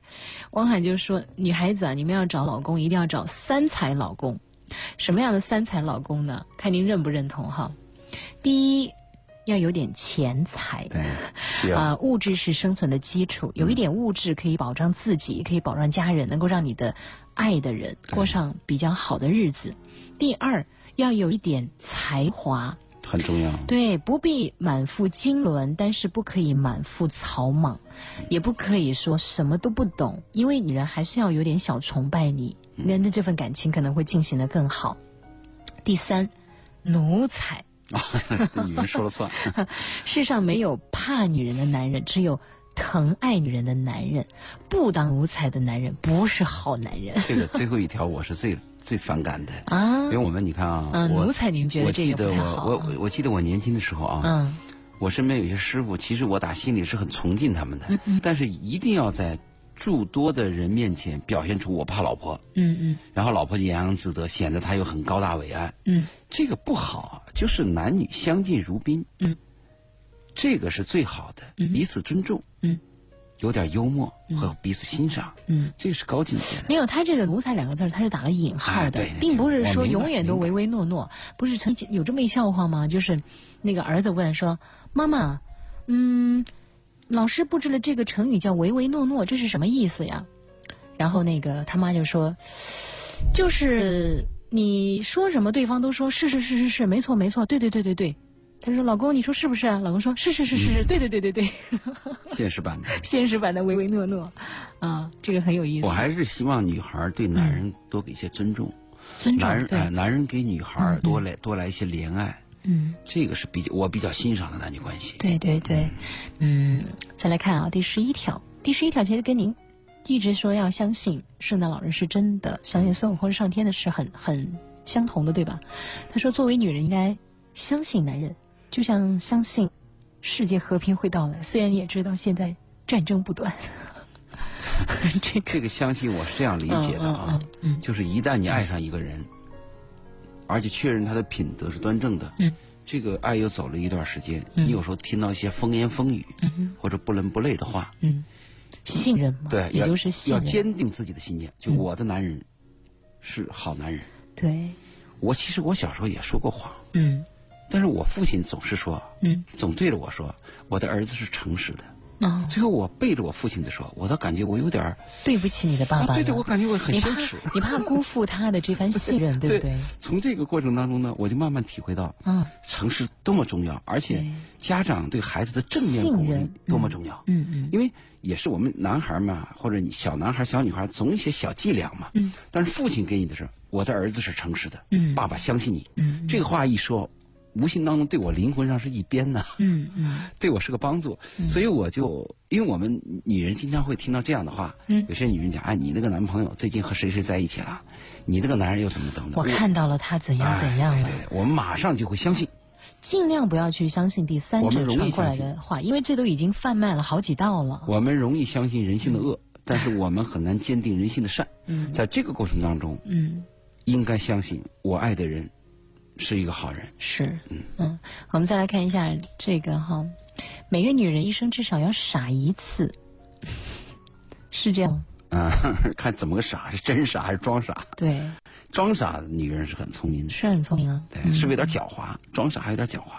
汪涵就说：“女孩子啊，你们要找老公，一定要找三才老公。什么样的三才老公呢？看您认不认同哈。第一，要有点钱财，对，是啊、啊，物质是生存的基础，有一点物质可以保障自己，也可以保障家人，能够让你的爱的人过上比较好的日子。第二，要有一点才华，很重要。 [laughs] 对，不必满腹经纶，但是不可以满腹草莽，也不可以说什么都不懂，因为女人还是要有点小崇拜你，那那这份感情可能会进行的更好。第三，奴才，这女人说了算。世上没有怕女人的男人，只有疼爱女人的男人。不当奴才的男人不是好男人这个最后一条我是最最反感的，啊因为。我们你看啊，嗯，我奴才，您觉我得这记个得不太我好？啊我我我记得我年轻的时候啊，嗯我身边有些师傅，其实我打心里是很崇敬他们嗯的，但是一定要在诸多的人面前表现出我怕老婆，嗯嗯然后老婆就洋洋自得，显得她又很高大伟岸。嗯，这个不好啊，就是男女相敬如宾。嗯，这个是最好的，彼此尊重。嗯，有点幽默和彼此欣赏。嗯，这个是高境界的。 [laughs] 没有，他这个“奴才”两个字儿，他是打了引号哎的对，并不是说我明白永远都明白唯唯诺诺。不是曾经有这么一笑话吗？就是那个儿子问说：“妈妈，嗯，老师布置了这个成语叫‘唯唯诺诺’，这是什么意思呀？”然后那个他妈就说：“就是你说什么，对方都说是是是是是，没错没错，对对对对对。”他说：“老公，你说是不是啊？”老公说：“是是是是是，对对对对 [laughs] 对。现实版的，”现实版的唯唯诺诺，啊，这个很有意思我。还是希望女孩对男人多给一些尊重，尊重男人对，哎男人给女孩多来、多来一些怜爱，嗯。这个是比较我比较欣赏的男女关系。对对对，嗯，再来看啊，第十一条，第十一条其实跟您一直说要相信圣诞老人是真的，相信孙悟空是上天的是很很相同的，对吧？他说，作为女人应该相信男人，就像相信世界和平会到来，虽然也知道现在战争不断， [laughs] 这个这个相信我是这样理解的啊，嗯嗯嗯就是一旦你爱上一个人，而且确认他的品德是端正的，嗯这个爱又走了一段时间，你有时候听到一些风言风语、或者不伦不类的话，嗯，信任嘛，对，嗯也要就是信要任，嗯坚定自己的信念，就我的男人是好男人。对，我其实我小时候也说过谎，嗯但是我父亲总是说，嗯，总对着我说，我的儿子是诚实的。哦，最后我背着我父亲的说，我倒感觉我有点儿，对不起你的爸爸了、啊，对对，我感觉我很你羞怕耻。 [laughs] 你怕辜负他的这番信任， [laughs] 对不对？从这个过程当中呢，我就慢慢体会到嗯诚实多么重要，而且对家长对孩子的正面信鼓励任多么重要。嗯嗯因为也是我们男孩嘛，或者你小男孩、小女孩，总有一些小伎俩嘛。嗯。但是父亲给你的是，我的儿子是诚实的，嗯爸爸相信你。嗯这个话一说，无形当中对我灵魂上是一鞭呐、嗯嗯对我是个帮助。所以我就，因为我们女人经常会听到这样的话，嗯有些女人讲，哎，你那个男朋友最近和谁谁在一起了，你那个男人又怎么怎么的。我看到了他怎样怎样哎了对，对对，我们马上就会相信。尽量不要去相信第三我者们容传易过来的话，因为这都已经贩卖了好几道了。我们容易相信人性的恶，但是我们很难坚定人性的善。嗯在这个过程当中，嗯，应该相信我爱的人是一个好人。是，嗯，我们再来看一下这个哈，每个女人一生至少要傻一次， [laughs] 是这样？啊， [laughs] 看怎么个傻，是真傻还是装傻？对，装傻的女人是很聪明的，是很聪明啊。对，是不是有点狡猾？装傻还有点狡猾。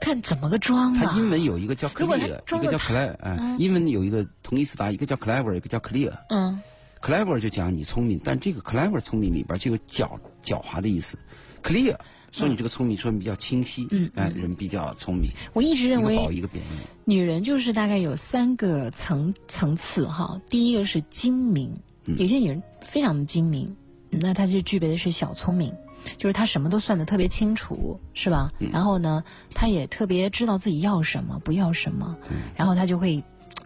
看怎么个啊装它吧。英文有一个叫嗯如果她 clear，装一得个叫太 clear，哎，英文有一个同义词达，一个叫 clever，一个叫 clear。嗯 clever 就讲你聪明，但这个 clever 聪明里边就有狡狡猾的意思，clear 说你这个聪明，说你比较清晰，嗯哎，人比较聪明，我一直一认个褒为一个贬义，女人就是大概有三个层层次哈，第一个是精明，有些女人非常的精明，那她就具备的是小聪明。就是她什么都算得特别清楚，是吧？然后呢，她也特别知道自己要什么，不要什么，然后她就会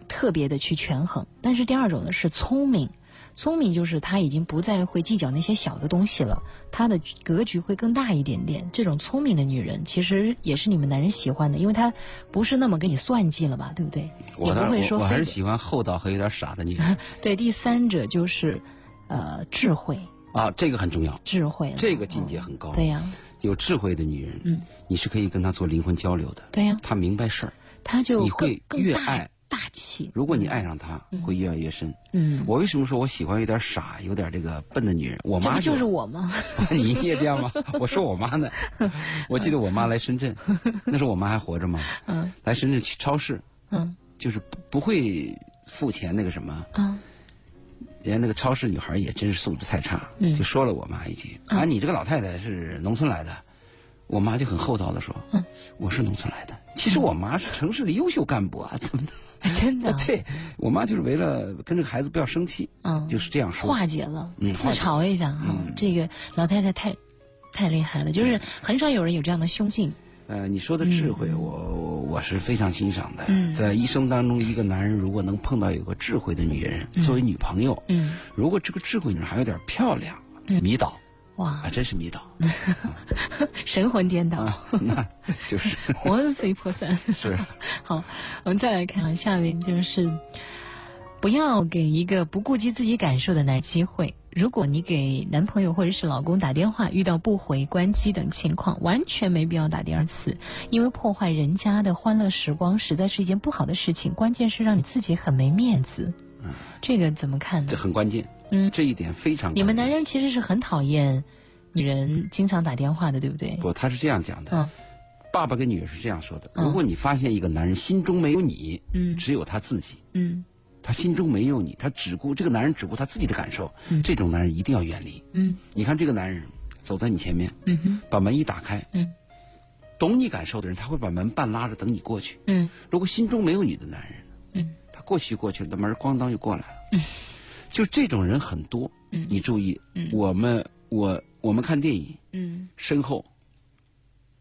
特别的去权衡。但是第二种呢是聪明，聪明就是他已经不再会计较那些小的东西了，他的格局会更大一点点。这种聪明的女人，其实也是你们男人喜欢的，因为她不是那么跟你算计了吧，对不对？也我不当会然说我我还非是得喜欢厚道和有点傻的女人 [laughs] 对。第三者就是，呃，智慧，啊，这个很重要，智慧了。嗯这个境界很高，对呀、有智慧的女人，嗯，你是可以跟她做灵魂交流的，对呀、她明白事儿，她就你更会更越大爱大气。如果你爱上她，会越爱越深。嗯，我为什么说我喜欢有点傻、有点这个笨的女人？我这妈不就是我吗？ [laughs] 你你也这样吗？ [laughs] 我说我妈呢，我记得我妈来深圳，那时候我妈还活着吗？嗯，来深圳去超市，嗯就是不不会付钱那个什么， [laughs] 啊人家那个超市女孩也真是素质太差，嗯就说了我妈一句啊，你这个老太太是农村来的。我妈就很厚道的说：“嗯我是农村来的，其实我妈是城市的优秀干部啊，怎么的？真的啊， [laughs] 对我妈就是为了跟这个孩子不要生气，嗯，就是这样说。化解了，嗯自化解嗯嘲一下哈、这个老太太太太厉害了，就是很少有人有这样的胸襟。呃，你说的智嗯慧，我我我是非常欣赏的。在一生当中，一个男人如果能碰到有个智慧的女人作为女朋友，嗯，如果这个智慧女人还有点漂亮，迷倒哇啊，，真是迷倒，啊神魂颠倒， [laughs] 那就是魂飞魄散。 [laughs] 是好，我们再来看啊，下面就是不要给一个不顾及自己感受的男人机会。如果你给男朋友或者是老公打电话，遇到不回、关机等情况，完全没必要打第二次，因为破坏人家的欢乐时光实在是一件不好的事情。关键是让你自己很没面子。嗯这个怎么看呢这？很关键。嗯这一点非常关你键。们男人其实是很讨厌女人经常打电话的，对不对？不，他是这样讲的。嗯爸爸跟女儿是这样说的：嗯如果你发现一个男人心中没有你，嗯只有他自己，嗯他心中没有你，他只顾这个男人只顾他自己的感受，这种男人一定要远离。嗯你看这个男人走在你前面，嗯哼把门一打开，嗯懂你感受的人，他会把门半拉着等你过去。嗯如果心中没有你的男人，嗯，他过去就过去了，那门咣当就过来了。嗯， [laughs] 就这种人很多。嗯，你注意，我们我我们看电影，嗯身后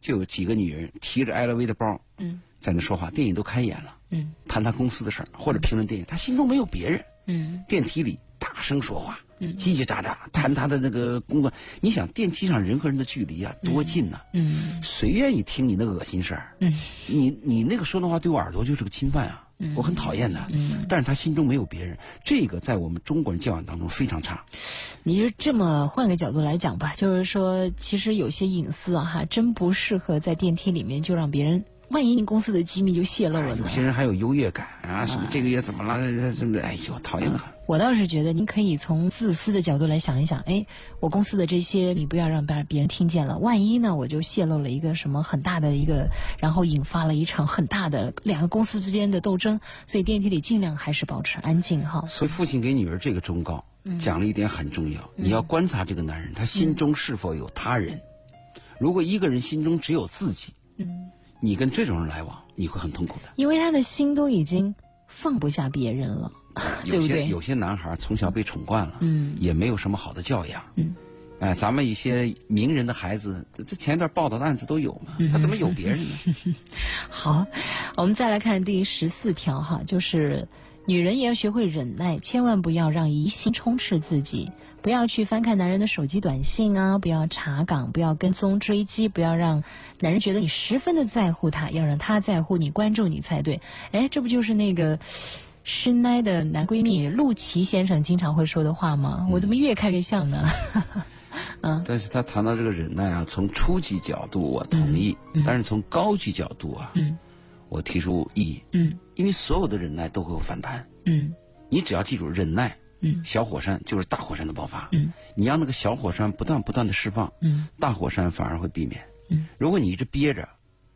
就有几个女人提着 LV 的包，嗯，在那说话。电影都开演了，嗯谈他公司的事儿或者评论电影，他心中没有别人。嗯电梯里大声说话，叽叽喳喳谈他的那个工作。你想电梯上人和人的距离啊，多近呐、嗯谁愿意听你那个恶心事儿？嗯，你你那个说的话对我耳朵就是个侵犯啊，我很讨厌的。嗯，但是他心中没有别人，这个在我们中国人教养当中非常差。你就这么换个角度来讲吧，就是说，其实有些隐私啊，哈，真不适合在电梯里面就让别人，万一你公司的机密就泄露了呢有？些人还有优越感啊，什么哎这个月怎么了，什么哎呦，讨厌的很。我倒是觉得，您可以从自私的角度来想一想，哎，我公司的这些你不要让别别人听见了，万一呢，我就泄露了一个什么很大的一个，然后引发了一场很大的两个公司之间的斗争，所以电梯里尽量还是保持安静哈。所以父亲给女儿这个忠告，嗯讲了一点很重要，你要观察这个男人，他心中是否有他人。如果一个人心中只有自己，嗯，你跟这种人来往，你会很痛苦的。因为他的心都已经放不下别人了，对有不些对？有些男孩从小被宠惯了，嗯，也没有什么好的教养，嗯，哎，咱们一些名人的孩子，这这前一段报道的案子都有嘛，嗯他怎么有别人呢？好，我们再来看第十四条哈，就是女人也要学会忍耐，千万不要让疑心充斥自己，不要去翻看男人的手机短信啊，不要查岗，不要跟踪追击，不要让男人觉得你十分的在乎他，要让他在乎你，关注你才对。哎，这不就是那个？施耐的男闺蜜陆琪先生经常会说的话吗？我怎么越看越像呢？ [laughs] 嗯 [laughs] 但是他谈到这个忍耐啊，从初级角度我同意，嗯但是从高级角度啊，我提出异议，嗯因为所有的忍耐都会有反弹，嗯你只要记住忍耐，嗯小火山就是大火山的爆发，你让那个小火山不断不断的释放，嗯大火山反而会避免。嗯如果你一直憋着，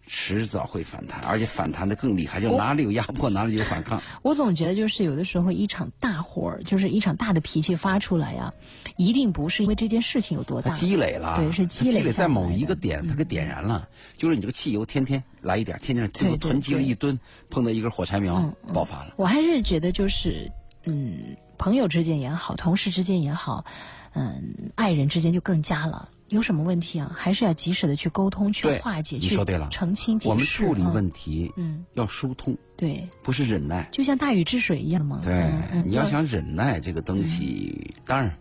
迟早会反弹，而且反弹的更厉哦害，就哪里有压迫，哪里有反抗。我总觉得就是有的时候一场大火儿，就是一场大的脾气发出来呀、一定不是因为这件事情有多它大，积累了，对是积它累积累下来在某一个的嗯点，它给点燃了。就是你这个汽油天天来一点，天天对最后对囤积了对一吨，碰到一根火柴苗嗯爆发了。我还是觉得就是，嗯，朋友之间也好，同事之间也好，嗯，爱人之间就更加了。有什么问题啊？还是要及时的去沟通、去对化解、你去说对了澄清、解释。我们处理嗯问题嗯，要疏通，对，不是忍耐。就像大禹治水一样嘛。对嗯，嗯你要想忍耐这个东西，当然，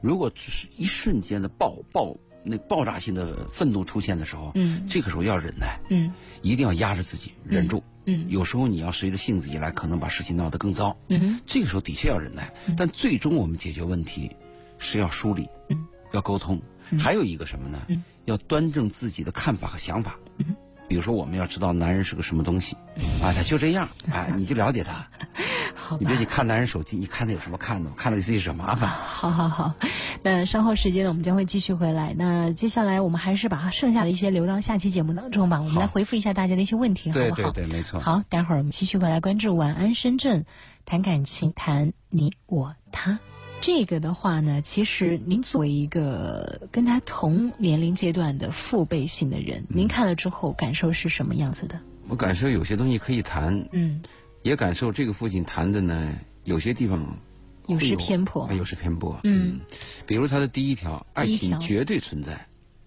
如果只是一瞬间的爆爆那爆炸性的愤怒出现的时候，嗯这个时候要忍耐，嗯一定要压着自己忍住。嗯有时候你要随着性子一来，可能把事情闹得更糟。嗯哼这个时候的确要忍耐，但最终我们解决问题是要梳理，嗯要沟通，还有一个什么呢？嗯要端正自己的看法和想法。比如说，我们要知道男人是个什么东西，嗯啊，他就这样，哎，你就了解他。好你吧别，你看男人手机，你看他有什么看的？我看了给自己惹麻烦。好好好， [laughs] 那稍后时间呢，我们将会继续回来。那接下来我们还是把剩下的一些留到下期节目当中吧，我们好来回复一下大家的一些问题，好不好？ [laughs] 对，没错好，待会儿我们继续回来关注“晚安深圳”，谈感情，谈你我他。这个的话呢，其实您作为一个跟他同年龄阶段的父辈性的人，嗯您看了之后感受是什么样子的？我感受有些东西可以谈，嗯，也感受这个父亲谈的呢，有些地方有会失偏颇哎。有失偏颇。嗯，比如他的第一条，爱第一条情绝对存在。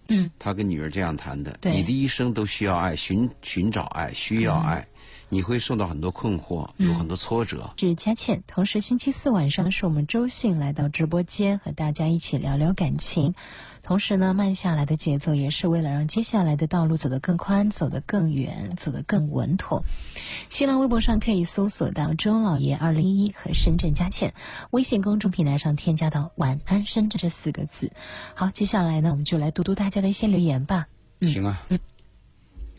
嗯，他跟女儿这样谈的：对嗯你的一生都需要爱，寻寻找爱，需要爱，你会受到很多困惑，有很多挫折。是佳倩。同时，星期四晚上是我们周信来到直播间和大家一起聊聊感情。同时呢，慢下来的节奏也是为了让接下来的道路走得更宽、走得更远、走得更稳妥。新浪微博上可以搜索到周老爷二零一一和深圳佳倩，微信公众平台上添加到“晚安深圳”这四个字。好，接下来呢，我们就来读读大家的一些留言吧。行啊，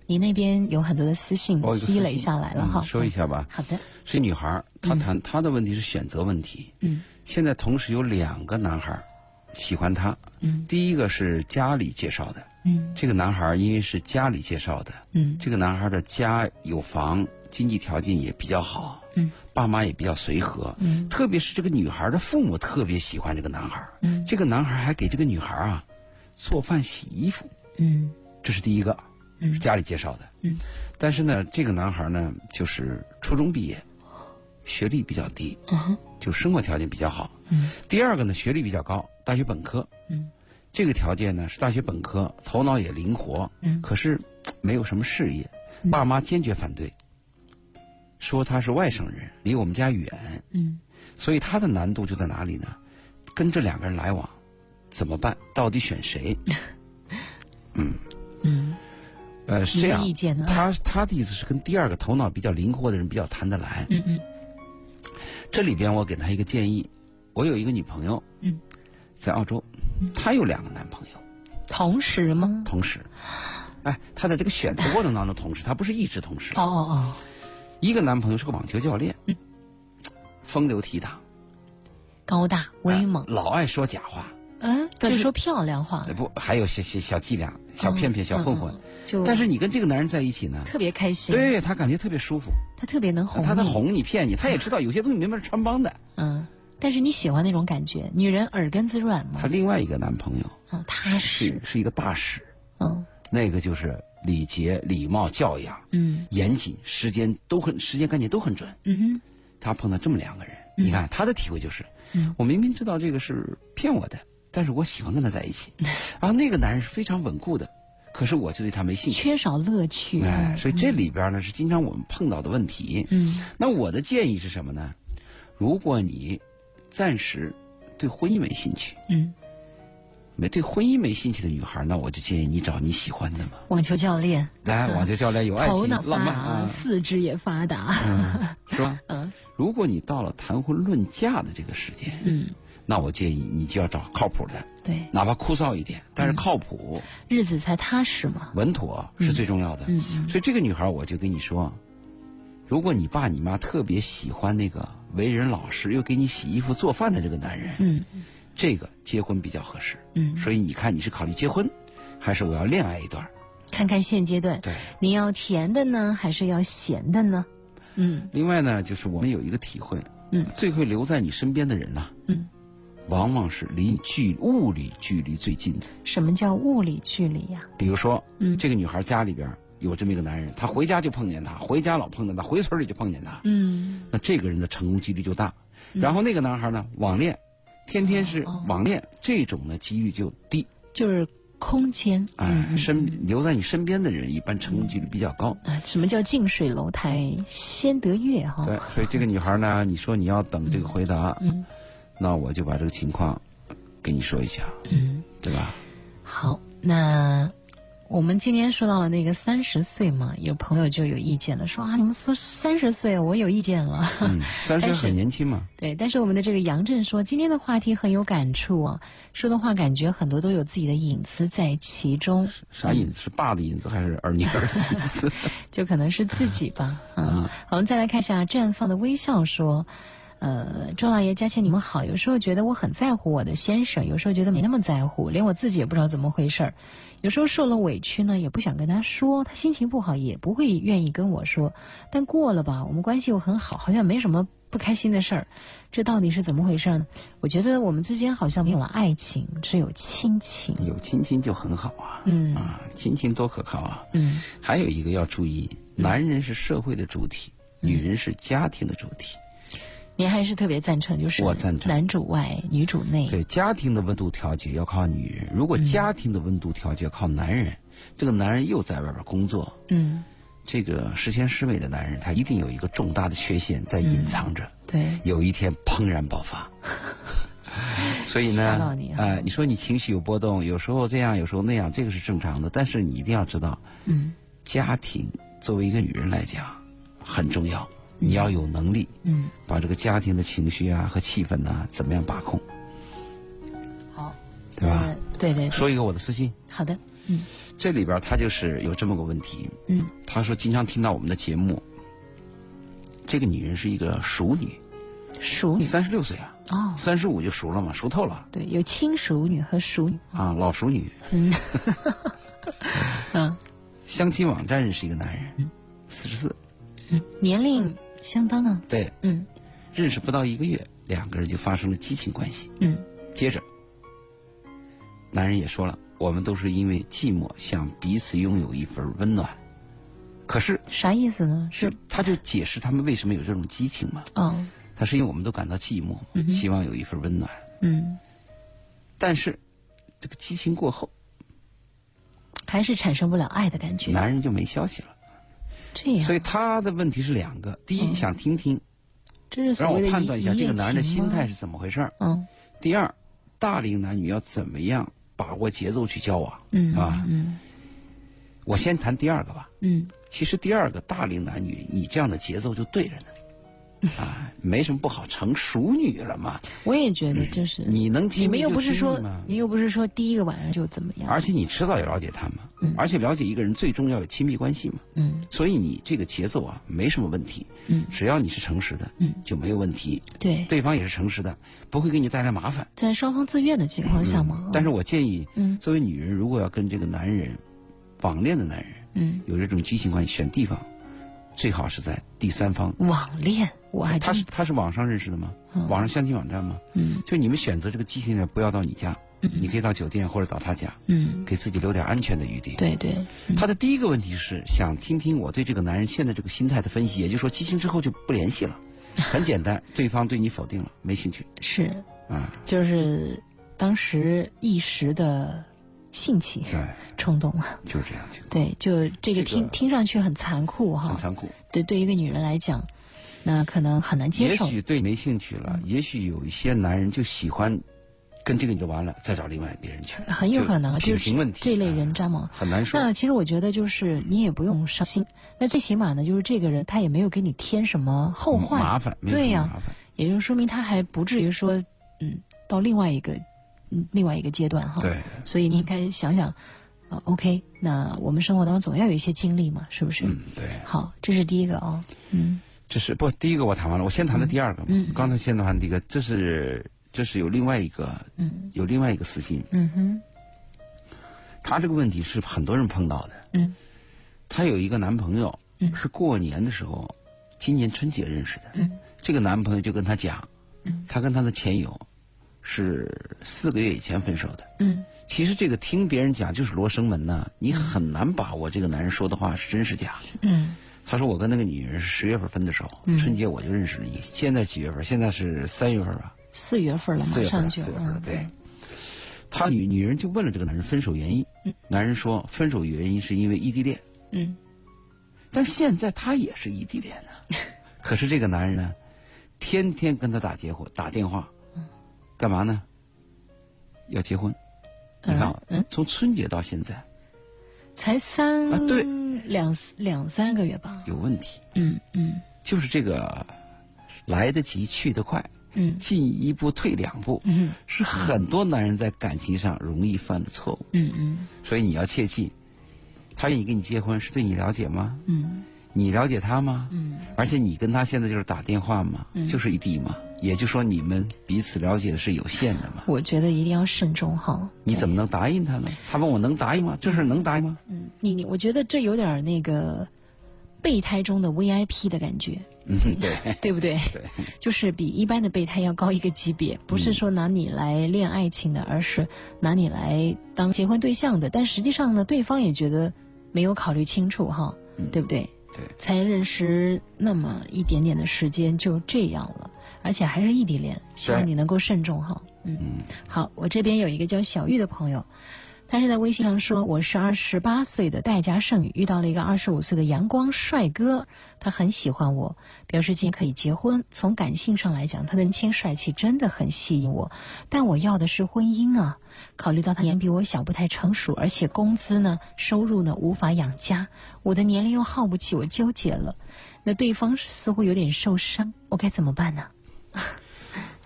你那边有很多的私信哦我有个私嗯积信累下来了嗯哈，说一下吧。好的，这女孩儿她谈她的问题是选择问题。嗯，现在同时有两个男孩儿喜欢她。嗯，第一个是家里介绍的，嗯这个男孩儿因为是家里介绍的，嗯这个男孩的家有房，经济条件也比较好，嗯，爸妈也比较随和，嗯，特别是这个女孩的父母特别喜欢这个男孩，嗯，这个男孩还给这个女孩啊做饭、洗衣服，嗯这是第一个，嗯是家里介绍的，嗯，但是呢，这个男孩呢就是初中毕业，学历比较低，嗯哼就生活条件比较好，嗯，第二个呢学历比较高，大学本科，嗯，这个条件呢是大学本科，头脑也灵活，嗯可是没有什么事业，爸妈坚决反对，说他是外省人，离我们家远，嗯所以他的难度就在哪里呢？跟这两个人来往怎么办？到底选 [laughs] 谁？嗯。呃，是这你样的意，见呢？他他的意思是跟第二个头脑比较灵活的人比较谈得来。嗯嗯这里边我给他一个建议，我有一个女朋友，嗯，在澳洲，她有两个男朋友，同时吗？同时，哎，她在这个选择过程当中，同时，她不是一直同时嗯哦，嗯哦哦，一个男朋友是个网球教练，风流倜傥，高大威猛，老爱说假话，嗯，但哎就是说漂亮话呃，不，还有些些小伎俩、小嗯骗骗、小混混嗯。就但是你跟这个男人在一起呢，特别开心，，对他感觉特别舒服，他特别能哄，他能，哄你、骗你，他也知道有些东西没法穿帮的。嗯。但是你喜欢那种感觉，女人耳根子软嘛她，另外一个男朋友嗯，踏实是，是一个大使，嗯那个就是礼节、礼貌、教养、嗯严谨，时间都很时间概念都很准。嗯他碰到这么两个人，你看他的体会就是，嗯我明明知道这个是骗我的，但是我喜欢跟他在一起，嗯 [laughs] 啊，那个男人是非常稳固的，可是我就对他没哼，兴趣。缺少乐趣，嗯哎，所以这里边呢是经常我们碰到的问题。嗯那我的建议是什么呢？如果你暂时对婚姻没兴趣，嗯，没对婚姻没兴趣的女孩，那我就建议你找你喜欢的嘛。网球教练，来，网球教练有爱嗯头情脑、浪漫发达，啊，四肢也发达，是吧？ [laughs] 嗯如果你到了谈婚论嫁的这个时间，嗯，那我建议你就要找靠谱的，对，哪怕枯燥一点，但是嗯靠谱、日子才踏实嘛，稳妥是最重要的。嗯嗯所以这个女孩，我就跟你说，如果你爸你妈特别喜欢那个为人老实又给你洗衣服做饭的这个男人，嗯这个结婚比较合适。嗯所以你看，你是考虑结婚，还是我要恋爱一段儿？看看现阶段对。你要甜的呢，还是要咸的呢？嗯另外呢，就是我们有一个体会，嗯，最会留在你身边的人呐、嗯，往往是离你距物理距离最近的。什么叫物理距离呀、比如说，嗯这个女孩家里边有这么一个男人，她回家就碰见他，回家老碰见他，回村里就碰见他，嗯那这个人的成功几率就大。然后那个男孩呢，网恋，天天是哦网恋，这种呢几率就低。，就是空间。哎，嗯身留在你身边的人，一般成功几率比较高。啊，什么叫近水楼台先得月哈、对，所以这个女孩 [laughs] 呢，你说你要等这个回答，哦嗯那我就把这个情况给你说一下，嗯，对吧？好，那我们今天说到了那个三十岁嘛，有朋友就有意见了，说啊，你们说三十岁，我有意见了。 [laughs] 嗯，三十很年轻嘛，对，但是我们的这个杨震说，今天的话题很有感触啊，说的话感觉很多都有自己的影子在其中，啥引子？是爸的引子还是儿女儿的引 [laughs] 子？就可能是自己吧。啊嗯，好，我们再来看一下绽放的微笑说。呃，周老爷、佳倩，你们好。有时候觉得我很在乎我的先生，有时候觉得没那么在乎，连我自己也不知道怎么回事儿。有时候受了委屈呢，也不想跟他说，他心情不好也不会愿意跟我说。但过了吧，我们关系又很好，好像没什么不开心的事儿。这到底是怎么回事儿呢？我觉得我们之间好像没有了爱情，只有亲情。有亲亲就很好啊，嗯啊，亲亲多可靠啊。嗯还有一个要注意，男人是社会的主体，女人是家庭的主体。您还是特别赞成，就是我赞成男主外女主内。对，家庭的温度调节要靠女人，如嗯果家庭的温度调节靠男人，这个男人又在外边工作，嗯，这个十全十美的男人，他一定有一个重大的缺陷在隐藏着，对，有一天怦然爆 [laughs] 发。所以吓呢到你，啊呃，你说你情绪有波动，有时候这样，有时候那样，这个是正常的。但是你一定要知道，嗯家庭作为一个女人来讲很重要，你要有能力嗯，把这个家庭的情绪啊和气氛呐、怎么样把控，嗯好，对吧？呃？对对，对说一个我的私信，好的，这里边他就是有这么个问题，嗯，他说经常听到我们的节目，这个女人是一个熟女，熟女三十六岁啊，哦，三十五就熟了嘛，熟透了对，有亲熟女和熟女，啊，老熟女。 [laughs] 嗯嗯，相亲网站认识一个男人，四十四，年龄相当啊，对，嗯认识不到一个月，两个人就发生了激情关系。嗯接着，男人也说了，我们都是因为寂寞，想彼此拥有一份温暖。可是，啥意思呢？是这他就解释他们为什么有这种激情嘛？哦，他是因为我们都感到寂寞，希望有一份温暖。嗯，但是，这个激情过后，还是产生不了爱的感觉，男人就没消息了。这样，所以他的问题是两个：第一，想听听，这是让嗯所我谓的判断一下一这个夜男人的情心吗态是怎么回事儿；嗯第二，大龄男女要怎么样把握节奏去交往？嗯啊嗯我先谈第二个吧。嗯其实第二个大龄男女，你这样的节奏就对着 [laughs] 呢，啊，没什么不好，成熟女了嘛。我也觉得就是嗯你能你亲密们又就不是亲说密嘛，你又不是说第一个晚上就怎么样，而且你迟早要了解他嘛，而且了解一个人最终要有亲密关系嘛，嗯所以你这个节奏啊没什么问题，嗯只要你是诚实的，嗯就没有问题，对，对方也是诚实的，不会给你带来麻烦。在双方自愿的情况下嘛，但是我建议，哦嗯作为女人，如果要跟这个男人，网恋的男人嗯。有这种激情关系，选地方最好是在第三方网恋，我还他真是他是网上认识的吗？嗯网上相亲网站吗？嗯就你们选择这个激情点，不要到你家，你可以到酒店或者到他家，嗯，给自己留点安全的余地。，对嗯对，他的第一个问题是想听听我对这个男人现在这个心态的分析，也就是说激情之后就不联系了，很简 [laughs] 单，对方对你否定了，没兴趣是啊。就是当时一时的兴起 [laughs] 对，冲动，哎就是这样，就对，就这这个个嗯听听上去很残酷哈很，残酷。对，对一个女人来讲，那可能很难接也受。嗯许对你没兴趣了，也许有一些男人就喜欢跟这个你就完了，再找另外别人去了，很有可能就就品是行问题这类人，啊知道吗？很难说。嗯那其实我觉得就是你也不用伤心，那最起码呢，就是这个人他也没有给你添什么后嗯患，麻烦，没有对什么呀麻烦。也就是说明他还不至于说，嗯，到另外一个，嗯，另外一个阶段哈。对，所以你应该想想，呃，OK，那我们生活当中总要有一些经历嘛，是不是？嗯，对。好，这是第一个啊、嗯这是不第一个我谈完了，我先谈的第二个嘛。嗯嗯刚才先谈第一个，这是这是有另外一个嗯有另外一个私信，嗯哼，她这个问题是很多人碰到的。嗯，她有一个男朋友，嗯是过年的时候，今年春节认识的。嗯，这个男朋友就跟她讲，嗯她跟她的前友是四个月以前分手的。嗯其实这个听别人讲就是罗生门呐、你很难把握这个男人说的话是真是假。嗯他说我跟那个女人是十月份分的手，嗯春节我就认识了一个，现在几月份？现在是三月份吧？四月份了，四马月份上了，就四月份了嗯。对，他女女人就问了这个男人分手原因，男人说分手原因是因为异地恋，嗯但是现在他也是异地恋 [laughs] 呢、可是这个男人呢，天天跟他打结婚打电话，嗯干嘛呢？要结婚。你看啊，嗯从春节到现在才三啊对两两三个月吧。有问题，嗯嗯就是这个来得及去得快，嗯进一步退两步，嗯是很多男人在感情上容易犯的错误。嗯嗯所以你要切记，他愿意跟你结婚是对你了解吗？嗯你了解他吗？嗯而且你跟他现在就是打电话嘛，就是异地嘛，也就说你们彼此了解的是有限的嘛。我觉得一定要慎重哈。你怎么能答应他呢？他问我能答应吗？这事儿能答应吗？嗯，你你，我觉得这有点儿那个备胎中的 VIP 的感觉， [laughs] 嗯，对对不对？对， [laughs] 就是比一般的备胎要高一个级别，不是说拿你来恋爱情的，而是拿你来当结婚对象的。但实际上呢，对方也觉得没有考虑清楚哈，对不嗯对？对才认识那么一点点的时间就这样了，而且还是异地恋，希望你能够慎重哈。嗯，好，我这边有一个叫小玉的朋友，他是在微信上说，我是二十八岁的待嫁剩女，遇到了一个二十五岁的阳光帅哥，他很喜欢我，表示今天可以结婚。从感性上来讲，他的年轻帅气真的很吸引我，但我要的是婚姻啊。考虑到他年比我小，不太成熟，而且工资呢、收入呢无法养家，我的年龄又耗不起，我纠结了。那对方似乎有点受伤，我该怎么办呢？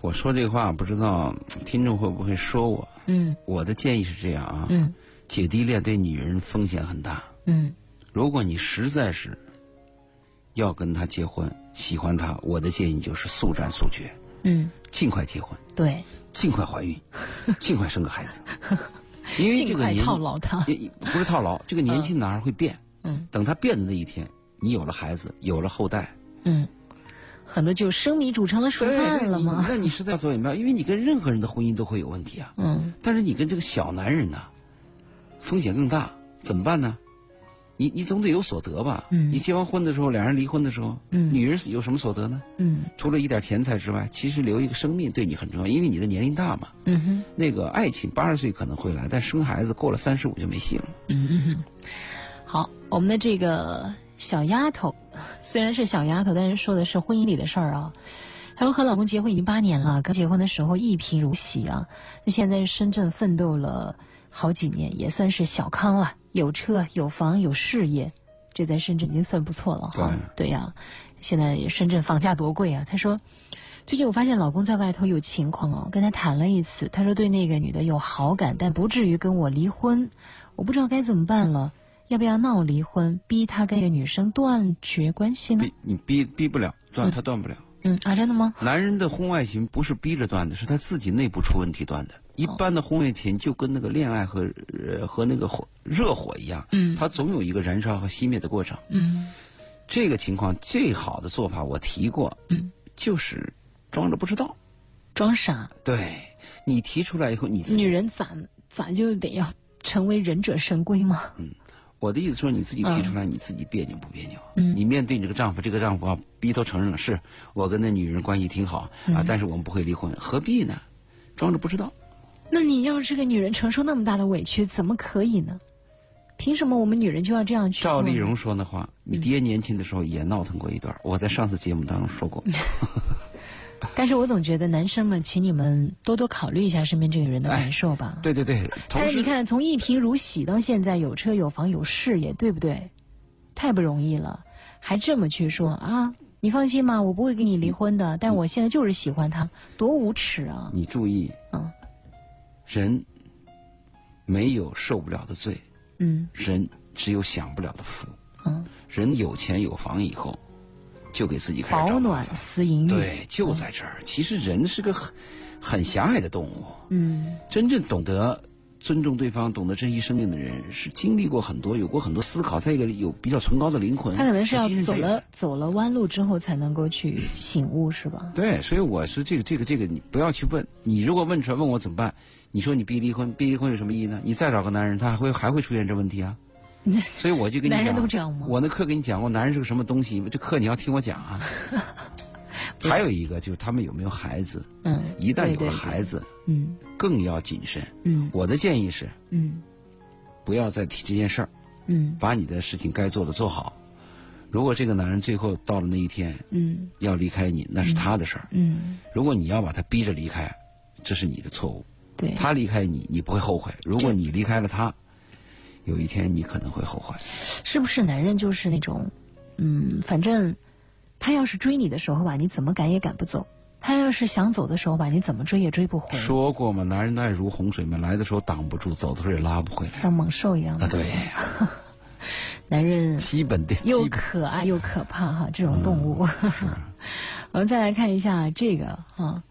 我说这话不知道听众会不会说我？嗯我的建议是这样啊，嗯姐弟恋对女人风险很大。嗯如果你实在是要跟他结婚，喜欢他，我的建议就是速战速决，嗯，尽快结婚，对，尽快怀 [laughs] 孕，尽快生个孩子，因为尽这个快年套牢他。也也不是套牢，这个年轻男孩会变，嗯等他变的那一天，你有了孩子，有了后代，嗯，很多就生米煮成了熟对，饭那了哎你吗？ [laughs] 那你实在做也没有，因为你跟任何人的婚姻都会有问题啊，嗯但是你跟这个小男人呢、风险更大，怎么办呢？你你总得有所得吧？嗯你结完婚的时候，两人离婚的时候，嗯女人是有什么所得呢？嗯除了一点钱财之外，其实留一个生命对你很重要，因为你的年龄大嘛。嗯哼那个爱情八十岁可能会来，但生孩子过了三十五就没戏了。嗯嗯哼。好，我们的这个小丫头，虽然是小丫头，但是说的是婚姻里的事儿啊。她说和老公结婚已经八年了，刚结婚的时候一贫如洗啊，那现在在深圳奋斗了好几年，也算是小康了，有车有房有事业，这在深圳已经算不错了哈。对呀、现在深圳房价多贵啊！她说，最近我发现老公在外头有情况哦，跟他谈了一次，他说对那个女的有好感，但不至于跟我离婚，我不知道该怎么办了，要不要闹离婚，逼他跟那个女生断绝关系呢逼？你逼逼不了，断他断不了。嗯啊，真的吗？男人的婚外情不是逼着断的，是他自己内部出问题断哦的。一般的婚外情就跟那个恋爱和呃和那个火热火一样，嗯它总有一个燃烧和熄灭的过程。嗯这个情况最好的做法，我提过，嗯，就是装着不知道。装傻，对你提出来以后，你自己女人咋咋就得要成为忍者神龟吗？ [laughs] 我的意思说，你自己提出来，你自己别扭不别扭？嗯你面对你这个丈夫，这个丈夫啊，逼头承认了，是我跟那女人关系挺好嗯啊，但是我们不会离婚，何必呢？装着不知道，那你要是这个女人承受那么大的委屈，怎么可以呢？凭什么我们女人就要这样去做赵呢？丽蓉说那嗯话，你爹年轻的时候也闹腾过一段，我在上次节目当中说过。嗯但是我总觉得男生们，请你们多多考虑一下身边这个人的感受吧。对对对，同但哎是你时看，嗯从一贫如洗到现在有车有房有事业，对不对？太不容易了，还这么去说啊？你放心吧，我不会跟你离婚的。但我现在就是喜欢他，多无耻啊！你注意，嗯人没有受不了的罪，嗯人只有享不了的福。嗯，人有钱有房以后，就给自己开始找保麻暖烦。思淫欲，对，就在这儿。其实人是个很很狭隘的动物，嗯真正懂得尊重对方、懂得珍惜生命的人，是经历过很多、有过很多思考，再一个有比较崇高的灵魂。他可能是要精神走才有了走了弯路之后才能够去醒悟，是吧？对，所以我是这个这个这个，你不要去问。你如果问出来问我怎么办，你说你逼离婚，逼离婚有什么意义呢？你再找个男人，他还会还会出现这问题 [laughs] 啊。所以我就跟你男讲，人都这样吗我那课给你讲过，男人是个什么东西，这课你要听我讲 [laughs] 啊。还有一个就是他们有没有孩子，嗯，一旦对有对了对孩子，嗯更要谨慎。嗯我的建议是，嗯不要再提这件事儿，嗯把你的事情该做的做好。如果这个男人最后到了那一天嗯要离开你，那是他的事儿。嗯，如果你要把他逼着离开，这是你的错误。对。他离开你，你不会后悔；如果你离开了他，有一天你可能会后悔。是不是男人就是那种，嗯，反正他要是追你的时候吧，你怎么赶也赶不走；他要是想走的时候吧，你怎么追也追不回，说过嘛，男人的爱如洪水嘛，来的时候挡不住，走的时候也拉不回来。像猛兽一样啊，的对呀，男人。基本的，又基本可爱又可怕哈，这种动物。嗯 [laughs] 我们再来看一下这个啊，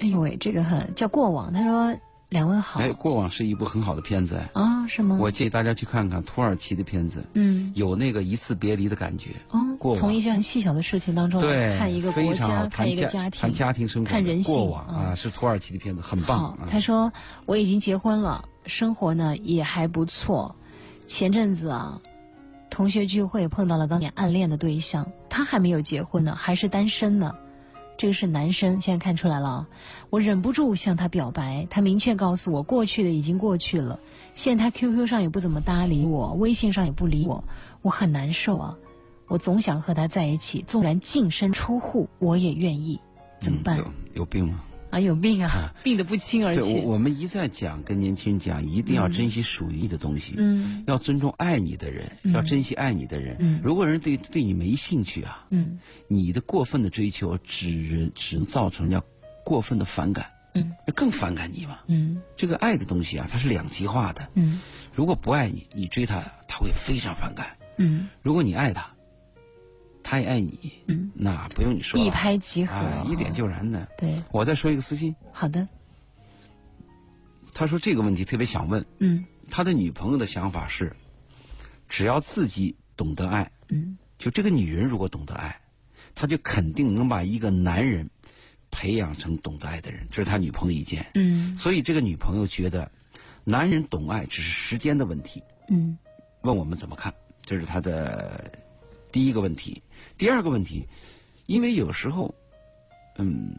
哎呦喂，这个很叫过往。他说：“两位好哎，过往是一部很好的片子，哎啊，是吗？我建议大家去看看土耳其的片子，嗯，有那个一次别离的感觉。过哦，往从一些很细小的事情当中对，哦看一个非国常好家，看谈一个家庭，谈家庭生活的，看人性过往啊啊，是土耳其的片子，很棒好，啊。他说我已经结婚了，生活呢也还不错。前阵子啊，同学聚会碰到了当年暗恋的对象，他还没有结婚呢，还是单身呢。这个是男生，现在看出来了啊！我忍不住向他表白，他明确告诉我，过去的已经过去了。现在他 QQ 上也不怎么搭理我，微信上也不理我，我很难受啊！我总想和他在一起，纵然净身出户，我也愿意。怎么嗯办、有有病吗？啊？有病啊！病得不轻，而对，且我我们一再讲，跟年轻人讲，一定要珍惜属于你的东西，嗯要尊重爱你的人，要珍惜爱你的人。嗯如果人对对你没兴趣啊，嗯你的过分的追求只只能造成要过分的反感，嗯，更反感你嘛。嗯这个爱的东西啊，它是两极化的。嗯如果不爱你，你追他，他会非常反感；嗯如果你爱他，他也爱你，嗯，那不用你说了，一拍即合，啊，一点就燃的。对，我再说一个私信，好的，他说这个问题特别想问，嗯他的女朋友的想法是，只要自己懂得爱，嗯就这个女人如果懂得爱，她就肯定能把一个男人培养成懂得爱的人。这是他女朋友意见，嗯所以这个女朋友觉得，男人懂爱只是时间的问题。嗯问我们怎么看，这是他的第一个问题。第二个问题，因为有时候，嗯，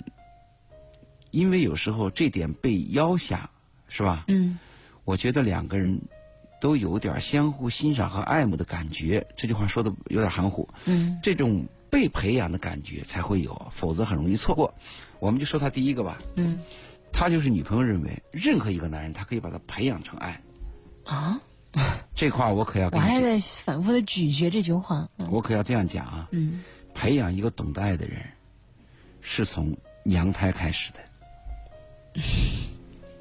因为有时候这点被要挟，是吧？嗯我觉得两个人都有点相互欣赏和爱慕的感觉。这句话说的有点含糊，嗯这种被培养的感觉才会有，否则很容易错过。我们就说他第一个吧，嗯他就是女朋友认为任何一个男人，他可以把他培养成爱。啊！这块儿我可要我 [laughs] 跟你还讲，在反复的咀嚼这句话，嗯我可要这样讲啊，嗯，培养一个懂得爱的人，是从娘胎开始 [laughs] 的。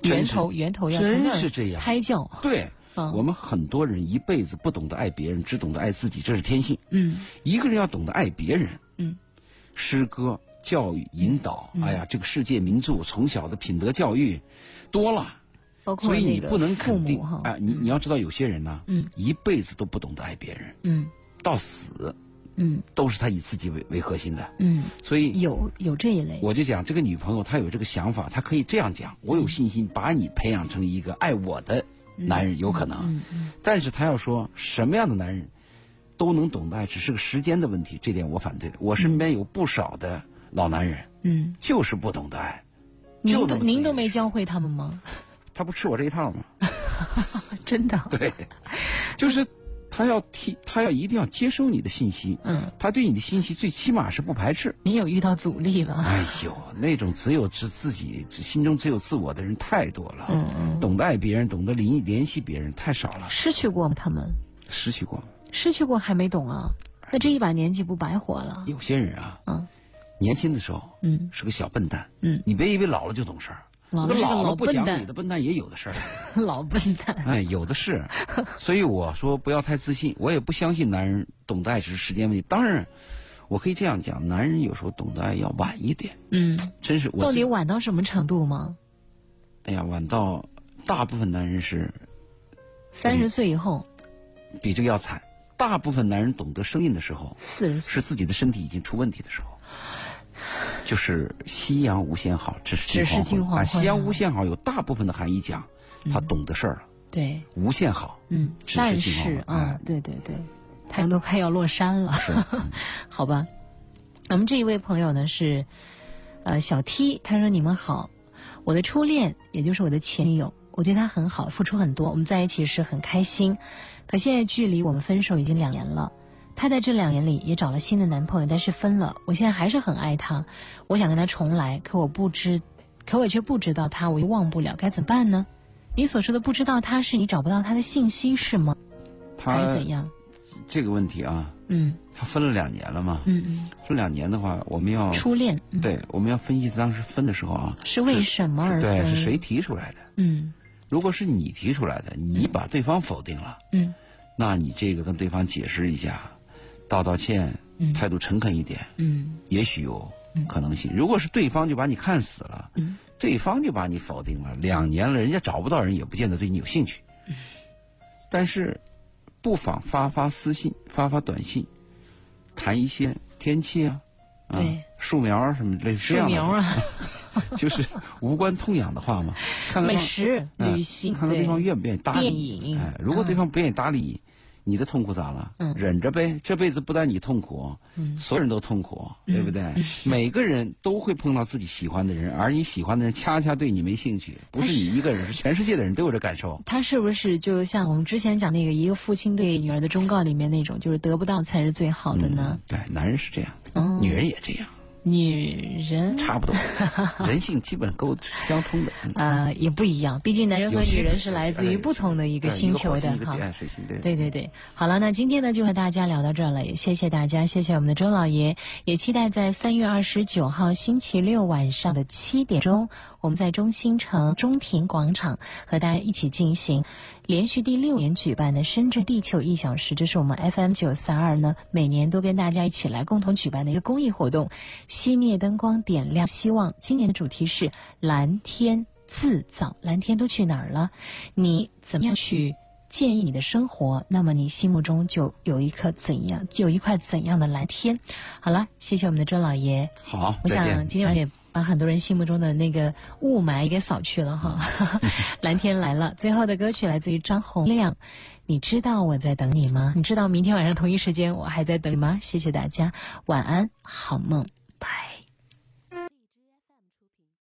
源真是头源头要从那真是这儿样胎教，对，嗯我们很多人一辈子不懂得爱别人，只懂得爱自己，这是天性。嗯一个人要懂得爱别人，嗯，诗歌、教育、引导，哎呀，这个世界名著从小的品德教育多了，包括所以那你个不能父肯定母哈，哎，你你要知道，有些人呢，嗯，一辈子都不懂得爱别人，嗯到死嗯都是他以自己为为核心的，嗯，所以。有有这一类，我就讲这个女朋友，她有这个想法，她可以这样讲：我有信心把你培养成一个爱我的男人，有可能。嗯嗯但是他要说什么样的男人都能懂得爱，只是个时间的问题，这点我反对。我身边有不少的老男人，嗯，就是不懂得爱，您就都那么您自都以为没是教会他们吗？他不吃我这一套吗？真的，对，就是他要提，他要一定要接收你的信息，嗯，他对你的信息最起码是不排斥。您有遇到阻力了，哎呦，那种只有只自己只心中只有自我的人太多了，嗯嗯，懂得爱别人，懂得联联系别人太少了，失去过吗？他们失去过。失去过还没懂啊，那这一把年纪不白活了？有些人啊，嗯，年轻的时候，嗯，是个小笨蛋，嗯，你别以为老了就懂事儿，老了那是个老老不笨讲蛋理的笨蛋也有的事儿， [laughs] 老笨蛋。哎，有的是，所以我说不要太自信，我也不相信男人懂得爱只是时间问题。当然，我可以这样讲，男人有时候懂得爱要晚一点，嗯，真是我到自己底晚到什么程度吗？哎呀晚到大部分男人是三嗯十岁以后，比这个要惨。大部分男人懂得生命的时候，四十岁是自己的身体已经出问题的时候。就是夕阳无限好，只是只是金金黄昏。黄昏嗯啊，夕阳无限好有大部分的含义讲，他懂得事儿了。对，无限好，嗯，只是但金黄是昏啊哎，对对对，太阳都快要落山了，好吧。我们这一位朋友呢是，呃，小 T，他说：“你们好，我的初恋，也就是我的前女友，我对她很好，付出很多，我们在一起时很开心。可现在距离我们分手已经两年了，她在这两年里也找了新的男朋友，但是分了。我现在还是很爱她，我想跟她重来，可我不知，可我却不知道她，我又忘不了，该怎么办呢？你所说的不知道她是你找不到她的信息是吗？还是他怎样？这个问题啊，嗯他分了两年了嘛，嗯嗯，分两年的话，我们要初恋，嗯，对我们要分析当时分的时候啊，是为什么而是对分？是谁提出来的？嗯如果是你提出来的，你把对方否定了，嗯那你这个跟对方解释一下，道道歉，嗯态度诚恳一点，嗯也许有可能性。如果是对方就把你看死了，嗯对方就把你否定了，两年了，人家找不到人，也不见得对你有兴趣。嗯但是，不妨发发私信，发发短信，谈一些天气啊，啊对树苗啊什么类似树这样苗的，啊， [laughs] 就是无关痛痒的话嘛。看看美对方食、嗯旅行，看看对方愿不愿意搭理电你。影哎，如果对方不愿意搭理你，你的痛苦咋了？嗯忍着呗，这辈子不但你痛苦，所有人都痛苦，嗯对不对？ [laughs] 每个人都会碰到自己喜欢的人，而你喜欢的人恰恰对你没兴趣，不是你一个人，是全世界的人都有这感 [laughs] 受。他是不是就像我们之前讲那个一个父亲对女儿的忠告里面那种，就是得不到才是最好的呢？嗯对，男人是这样的，嗯女人也这 [laughs] 样，女人差不 [laughs] 多，人性基本够相通的。嗯呃也不一样，毕竟男人和有女区别人是来自于不同的一个对星火球的一个哈地。哎水星对对对对，好了，那今天呢就和大家聊到这儿了，也谢谢大家，谢谢我们的周老爷，也期待在三月二十九号星期六晚上的七点钟，我们在中心城中庭广场和大家一起进行连续第六年举办的深圳地球一小时，这是我们 FM 九四二呢每年都跟大家一起来共同举办的一个公益活动，熄灭灯光，点亮希望。今年的主题是蓝天自造，蓝天都去哪儿了？你怎么样去建议你的生活？那么你心目中就有一颗怎样，有一块怎样的蓝天？好了，谢谢我们的周老爷。好，我再想见。今天晚上也把很多人心目中的那个雾霾给扫去了 [laughs] 哈。蓝天来了，最后的歌曲来自于张洪量。你知道我在等你吗？你知道明天晚上同一时间我还在等你吗？谢谢大家，晚安，好梦，拜。